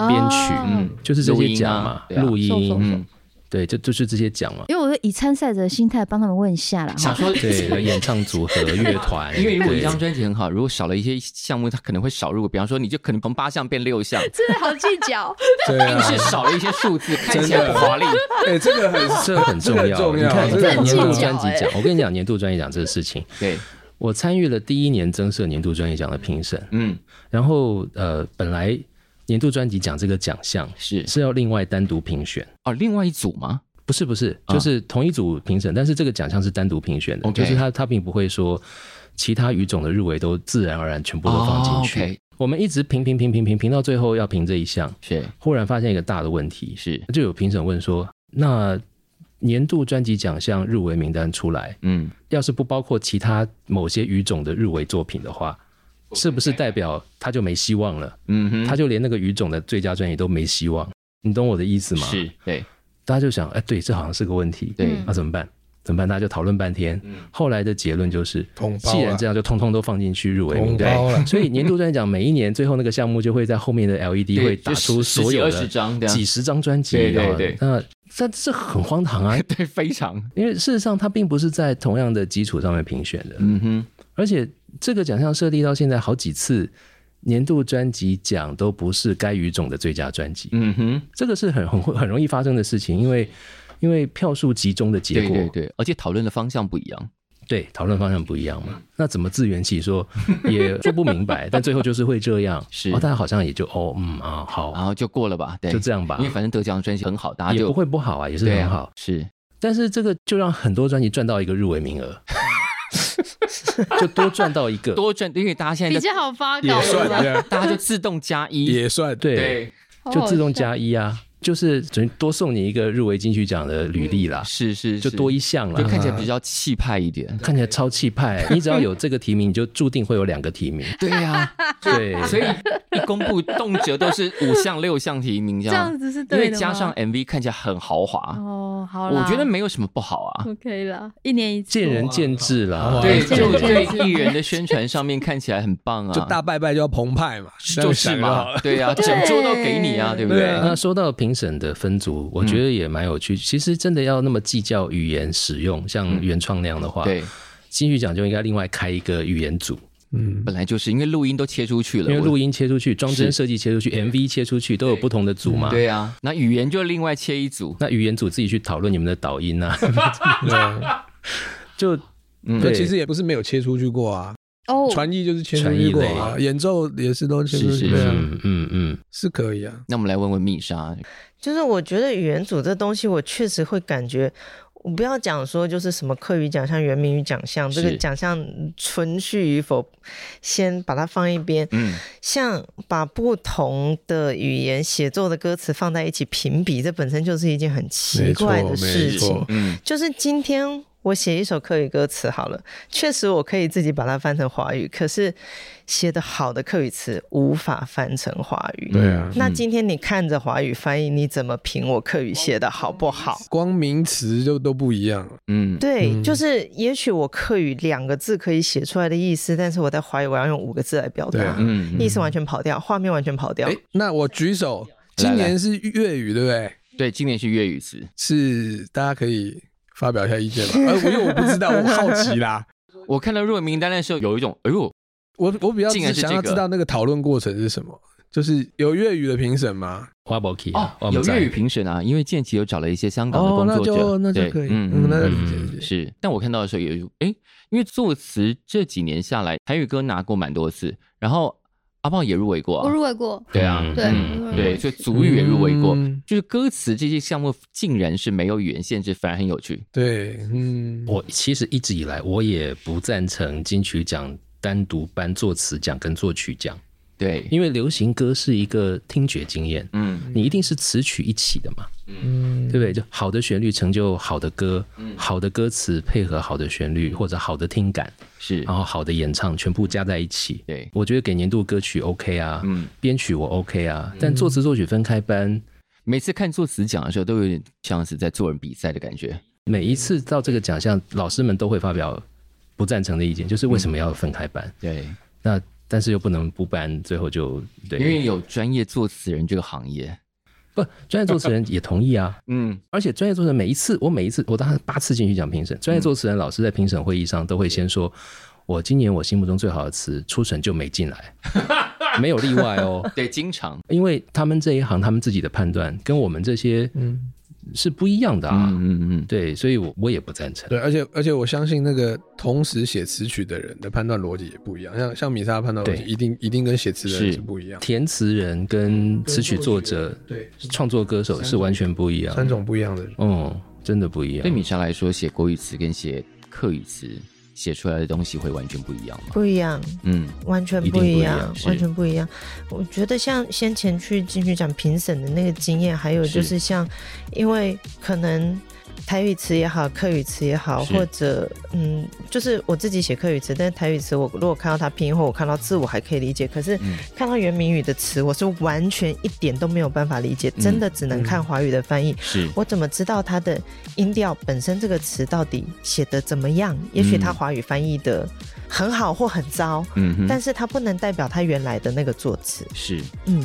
Speaker 3: 哦，
Speaker 1: 嗯，
Speaker 2: 就是这
Speaker 1: 录
Speaker 2: 些
Speaker 1: 音
Speaker 2: 奖
Speaker 1: 啊
Speaker 2: 嘛，
Speaker 1: 对啊
Speaker 2: 录
Speaker 3: 搜索
Speaker 2: 音，
Speaker 1: 嗯，
Speaker 2: 对，就就是这些奖嘛。
Speaker 3: 因为我会以参赛者的心态帮他们问一下啦。
Speaker 1: 想
Speaker 3: 哈
Speaker 1: 说
Speaker 2: 对，演唱组合、乐团，
Speaker 1: 因为如果一
Speaker 2: 对
Speaker 1: 张专辑很好，如果少了一些项目，它可能会少入。比方说，你就可能从八项变六 项，
Speaker 3: 真的好计较，
Speaker 4: 对
Speaker 1: 硬
Speaker 4: 啊，
Speaker 1: 是少了一些数 字，看起来
Speaker 4: 真
Speaker 1: 不
Speaker 4: 的
Speaker 1: 华丽。
Speaker 4: 哎，这个很
Speaker 2: 这很重
Speaker 4: 这个很
Speaker 2: 要。
Speaker 4: 重要
Speaker 2: 你看，
Speaker 4: 这
Speaker 2: 你
Speaker 4: 个
Speaker 2: 看
Speaker 4: 很
Speaker 2: 年
Speaker 3: 重
Speaker 2: 度
Speaker 3: 要
Speaker 2: 专辑
Speaker 3: 哎
Speaker 2: 奖，我跟你讲，年度专辑奖这个事情，
Speaker 1: 对，
Speaker 2: 我参与了第一年增设年度专辑奖的评审，
Speaker 1: 嗯，
Speaker 2: 然后呃，本来年度专辑奖这个奖项
Speaker 1: 是
Speaker 2: 是要另外单独评选。
Speaker 1: 哦，另外一组吗？
Speaker 2: 不是不是，
Speaker 1: 啊
Speaker 2: 就是同一组评审，但是这个奖项是单独评选的，
Speaker 1: OK
Speaker 2: 就是他他并不会说其他语种的入围都自然而然全部都放进
Speaker 1: 哦
Speaker 2: 去
Speaker 1: ，OK。
Speaker 2: 我们一直评评评评评评到最后要评这一项，
Speaker 1: 是
Speaker 2: 忽然发现一个大的问题，
Speaker 1: 是，
Speaker 2: 就有评审问说：那年度专辑奖项入围名单出来，
Speaker 1: 嗯，
Speaker 2: 要是不包括其他某些语种的入围作品的话，是不是代表他就没希望了？
Speaker 1: 嗯哼，
Speaker 2: 他就连那个语种的最佳专辑都没希望？你懂我的意思吗？
Speaker 1: 是对
Speaker 2: 大家就想，哎，对，这好像是个问题。
Speaker 1: 对嗯
Speaker 3: 嗯
Speaker 2: 那、怎么办？怎么办？大家就讨论半天。后来的结论就是，
Speaker 4: 同胞啊
Speaker 2: 既然这样，就通通都放进去入围名
Speaker 4: 同
Speaker 2: 单。
Speaker 4: 胞啊了，
Speaker 2: 所以年度专辑奖每一年最后那个项目就会在后面的 LED
Speaker 1: 对
Speaker 2: 会打
Speaker 1: 就
Speaker 2: 出
Speaker 1: 十
Speaker 2: 所有
Speaker 1: 十几二十
Speaker 2: 的
Speaker 1: 张这样
Speaker 2: 几十张专辑，
Speaker 1: 对对
Speaker 2: 啊
Speaker 1: 对，
Speaker 2: 那但这很荒唐啊
Speaker 1: 对，非常，
Speaker 2: 因为事实上它并不是在同样的基础上面评选的，
Speaker 1: 嗯哼，
Speaker 2: 而且这个奖项设立到现在好几次年度专辑奖都不是该语种的最佳专辑，
Speaker 1: 嗯哼，
Speaker 2: 这个是很很会很容易发生的事情，因为因为票数集中的结
Speaker 1: 对
Speaker 2: 果，
Speaker 1: 对对，而且讨论的方向不一样，
Speaker 2: 对讨论方向不一样嘛，那怎么自圆其说也说不 明白，但最后就是会这样，
Speaker 1: 是
Speaker 2: 哦，大家好像也就哦嗯啊
Speaker 1: 然
Speaker 2: 好，
Speaker 1: 后就过了吧，对，
Speaker 2: 就这样吧
Speaker 1: 因为反正得奖的专辑很好，大家
Speaker 2: 也
Speaker 1: 就
Speaker 2: 不会不好啊，也是
Speaker 1: 对
Speaker 2: 很
Speaker 1: 啊
Speaker 2: 好。，
Speaker 1: 是
Speaker 2: 但是这个就让很多专辑赚到一个入围名额， 就多赚到一个。
Speaker 1: 多赚，因为大家现
Speaker 3: 比
Speaker 1: 在的
Speaker 3: 较好发
Speaker 4: 也
Speaker 3: 稿
Speaker 4: 算
Speaker 3: 是吧，
Speaker 4: 对啊，
Speaker 1: 大家就自动加一，
Speaker 4: 也算
Speaker 2: 对，
Speaker 1: 对，
Speaker 3: 好
Speaker 2: 就
Speaker 3: 好
Speaker 2: 自动
Speaker 3: 笑
Speaker 2: 加一啊，就是等于多送你一个入围金曲奖的履历啦，
Speaker 1: 是是，
Speaker 2: 就是多一，项啦
Speaker 1: 就。看起来比较气派一点，
Speaker 2: 看起来超 气派，你只要有这个提名，你就注定会有两个提名。
Speaker 1: 对呀，
Speaker 2: 对，
Speaker 1: 所以一公布动辄都是五项六项提名这
Speaker 3: 这
Speaker 1: 样
Speaker 3: 样，子是
Speaker 1: 因
Speaker 3: 对
Speaker 1: 为
Speaker 3: 的吗
Speaker 1: 加上 MV 看起来很豪华，
Speaker 3: 哦，好啦，
Speaker 1: 我觉得没有什么不好啊。
Speaker 3: OK 啦，一年一次，
Speaker 2: 见仁见智啦。
Speaker 1: 对，
Speaker 3: 这
Speaker 1: 就
Speaker 3: 个
Speaker 1: 对艺人的宣传上面看起来很棒啊，
Speaker 4: 就大拜拜就要澎湃嘛，
Speaker 1: 就
Speaker 4: 这
Speaker 1: 是
Speaker 4: 样想好
Speaker 1: 嘛，
Speaker 4: 了，
Speaker 1: 对啊，整桌都给你啊，对不对？
Speaker 4: 对
Speaker 2: 那说到评审的分组，我觉
Speaker 1: 嗯
Speaker 2: 得也蛮有趣。其实真的要那么计较语言使用，像原创那样的
Speaker 1: 嗯
Speaker 2: 话，
Speaker 1: 对，
Speaker 2: 金曲奖就应该另外开一个语言组。
Speaker 4: 嗯，
Speaker 1: 本来就是因为录音都切出去了，
Speaker 2: 因为
Speaker 1: 我
Speaker 2: 录音切出去、装帧
Speaker 1: 是
Speaker 2: 设计切出去、MV 切出去，都有不同的组嘛。
Speaker 1: 对啊，那语言就另外切一组，
Speaker 2: 那语言组自己去讨论你们的导音啊， 就
Speaker 1: 嗯
Speaker 4: 那
Speaker 2: 对
Speaker 4: 其实也不是没有切出去过啊，
Speaker 3: 哦，
Speaker 4: 传译就是切出去过
Speaker 2: 传
Speaker 4: 啊，演奏也是都切出
Speaker 1: 是
Speaker 4: 去
Speaker 1: 是
Speaker 4: 过
Speaker 1: 对
Speaker 4: 啊，
Speaker 2: 嗯嗯嗯，
Speaker 4: 是可以啊，
Speaker 1: 那我们来问问蜜莎，
Speaker 5: 就是我觉得语言组这东西，我确实会感觉，我不要讲说就是什么课语奖项、原名语奖项，这个
Speaker 1: 是
Speaker 5: 奖项存续与否，先把它放一边。
Speaker 1: 嗯，
Speaker 5: 像把不同的语言写作的歌词放在一起评比，这本身就是一件很奇
Speaker 4: 没错
Speaker 5: 怪的
Speaker 4: 没
Speaker 5: 事情。
Speaker 4: 错，
Speaker 1: 嗯，
Speaker 5: 就是今天我写一首客语歌词好了，确实我可以自己把它翻成华语，可是写的好的客语词无法翻成华语。
Speaker 4: 对
Speaker 1: 嗯
Speaker 4: 啊，
Speaker 5: 那今天你看着华语翻译，你怎么评我客语写的好不好？
Speaker 4: 光名词就都不一样了，
Speaker 1: 嗯，
Speaker 5: 对，就是也许我客语两个字可以写出来的意思，但是我在华语我要用五个字来表
Speaker 4: 对
Speaker 5: 达
Speaker 4: 啊，
Speaker 1: 嗯，
Speaker 5: 意思完全跑掉，画面完全跑掉
Speaker 4: 哎。，那我举手，
Speaker 1: 来
Speaker 4: 今
Speaker 1: 来
Speaker 4: 年是粤语，对不对？
Speaker 1: 对，今年是粤语词，
Speaker 4: 是大家可以发表一下意见吧， 呃，因为我不知道，我好奇啦。
Speaker 1: 我看到入围名单的时候有一种，哎呦，
Speaker 4: 我我比较
Speaker 1: 竟然是
Speaker 4: 想
Speaker 1: 这
Speaker 4: 要
Speaker 1: 个
Speaker 4: 知道那个讨论过程是什么，就是有粤语的评审吗？
Speaker 2: 花博 key
Speaker 1: 哦
Speaker 2: 啊，我，
Speaker 1: 有
Speaker 2: 们在
Speaker 1: 粤语评审啊，因为建奇有找了一些香港的工
Speaker 4: 那
Speaker 1: 作者，
Speaker 4: 就那就
Speaker 1: 对
Speaker 4: 可以，
Speaker 1: 嗯
Speaker 4: 嗯，那就
Speaker 1: 嗯
Speaker 4: 理解
Speaker 2: 嗯
Speaker 4: 理解。
Speaker 1: 是，但我看到的时候也有，哎，因为作词这几年下来，台语歌拿过蛮多次，然后阿豹也入围过
Speaker 3: 我
Speaker 1: 啊，
Speaker 3: 入围过，
Speaker 1: 对啊，
Speaker 2: 嗯
Speaker 3: 对
Speaker 1: 嗯
Speaker 3: 嗯
Speaker 1: 对，所以族语也入围过
Speaker 4: 嗯，
Speaker 1: 就是歌词这些项目竟然是没有语言限制，反而很有趣。
Speaker 4: 对，嗯，
Speaker 2: 我其实一直以来我也不赞成金曲奖单独颁作词奖跟作曲奖，
Speaker 1: 对，
Speaker 2: 因为流行歌是一个听觉经验，
Speaker 1: 嗯
Speaker 2: 你一定是词曲一起的嘛，
Speaker 5: 嗯
Speaker 2: 对不对？就好的旋律成就好的歌，好的歌词配合好的旋律或者好的听感，
Speaker 1: 是
Speaker 2: 然，后好的演唱全部加在一起。
Speaker 1: 对，
Speaker 2: 我觉得给年度歌曲 OK 啊，
Speaker 1: 嗯，
Speaker 2: 编曲我 OK 啊，但作词作曲分开班，
Speaker 1: 每次看作词奖的时候，都有点像是在做人比赛的感觉。
Speaker 2: 每一次到这个奖项，老师们都会发表不赞成的意见，就是为什么要分开班？
Speaker 1: 对，
Speaker 2: 那但是又不能不搬，最后就对，
Speaker 1: 因为有专业作词人这个行业，
Speaker 2: 不专业作词人也同意啊。
Speaker 1: 嗯，
Speaker 2: 而且专业作词人每一次，我每一次我当时八次进去讲评审，专业作词人老师在评审会议上都会先说，我今年我心目中最好的词初审就没 进来，没有例外哦，
Speaker 1: 对，经常，
Speaker 2: 因为他们这一行他们自己的判断跟我们这些
Speaker 4: 嗯
Speaker 2: 是不一样的啊。
Speaker 1: 嗯嗯，
Speaker 2: 对，所以我我也不赞成。
Speaker 4: 对，而且而且我相信那个同时写词曲的人的判断逻辑也不一样，像像米莎的判断逻辑
Speaker 2: 对
Speaker 4: 一定一定跟写词的人
Speaker 1: 是
Speaker 4: 是不一样，
Speaker 2: 填词人嗯跟词曲作者、
Speaker 4: 对，
Speaker 2: 创作歌手是完全不一样。
Speaker 4: 三，种不一样的人，
Speaker 2: 嗯，真的不一样。
Speaker 1: 对米莎来说，写国语词跟写客语词写出来的东西会完全不一样吗？
Speaker 5: 不一样，
Speaker 1: 嗯，
Speaker 5: 完全
Speaker 2: 一定
Speaker 5: 不
Speaker 2: 不一
Speaker 5: 一
Speaker 2: 样
Speaker 5: 样，
Speaker 1: 是
Speaker 5: 完全不一样。我觉得像先前去进去讲评审的那个经验，还有
Speaker 1: 是
Speaker 5: 就是像，因为可能台语词也好，客语词也好，
Speaker 1: 是
Speaker 5: 或者嗯，就是我自己写客语词，但是台语词我如果看到它拼音或我看到字，我还可以理解。可是
Speaker 1: 嗯
Speaker 5: 看到原名语的词，我是完全一点都没有办法理解，真的只能看华语的翻译。
Speaker 1: 是，
Speaker 5: 我怎么知道它的音调本身这个词到底写的怎么样？也许它
Speaker 1: 嗯
Speaker 5: 华语翻译的很好或很糟，
Speaker 1: 嗯哼，
Speaker 5: 但是它不能代表它原来的那个作词。
Speaker 1: 是。
Speaker 5: 嗯，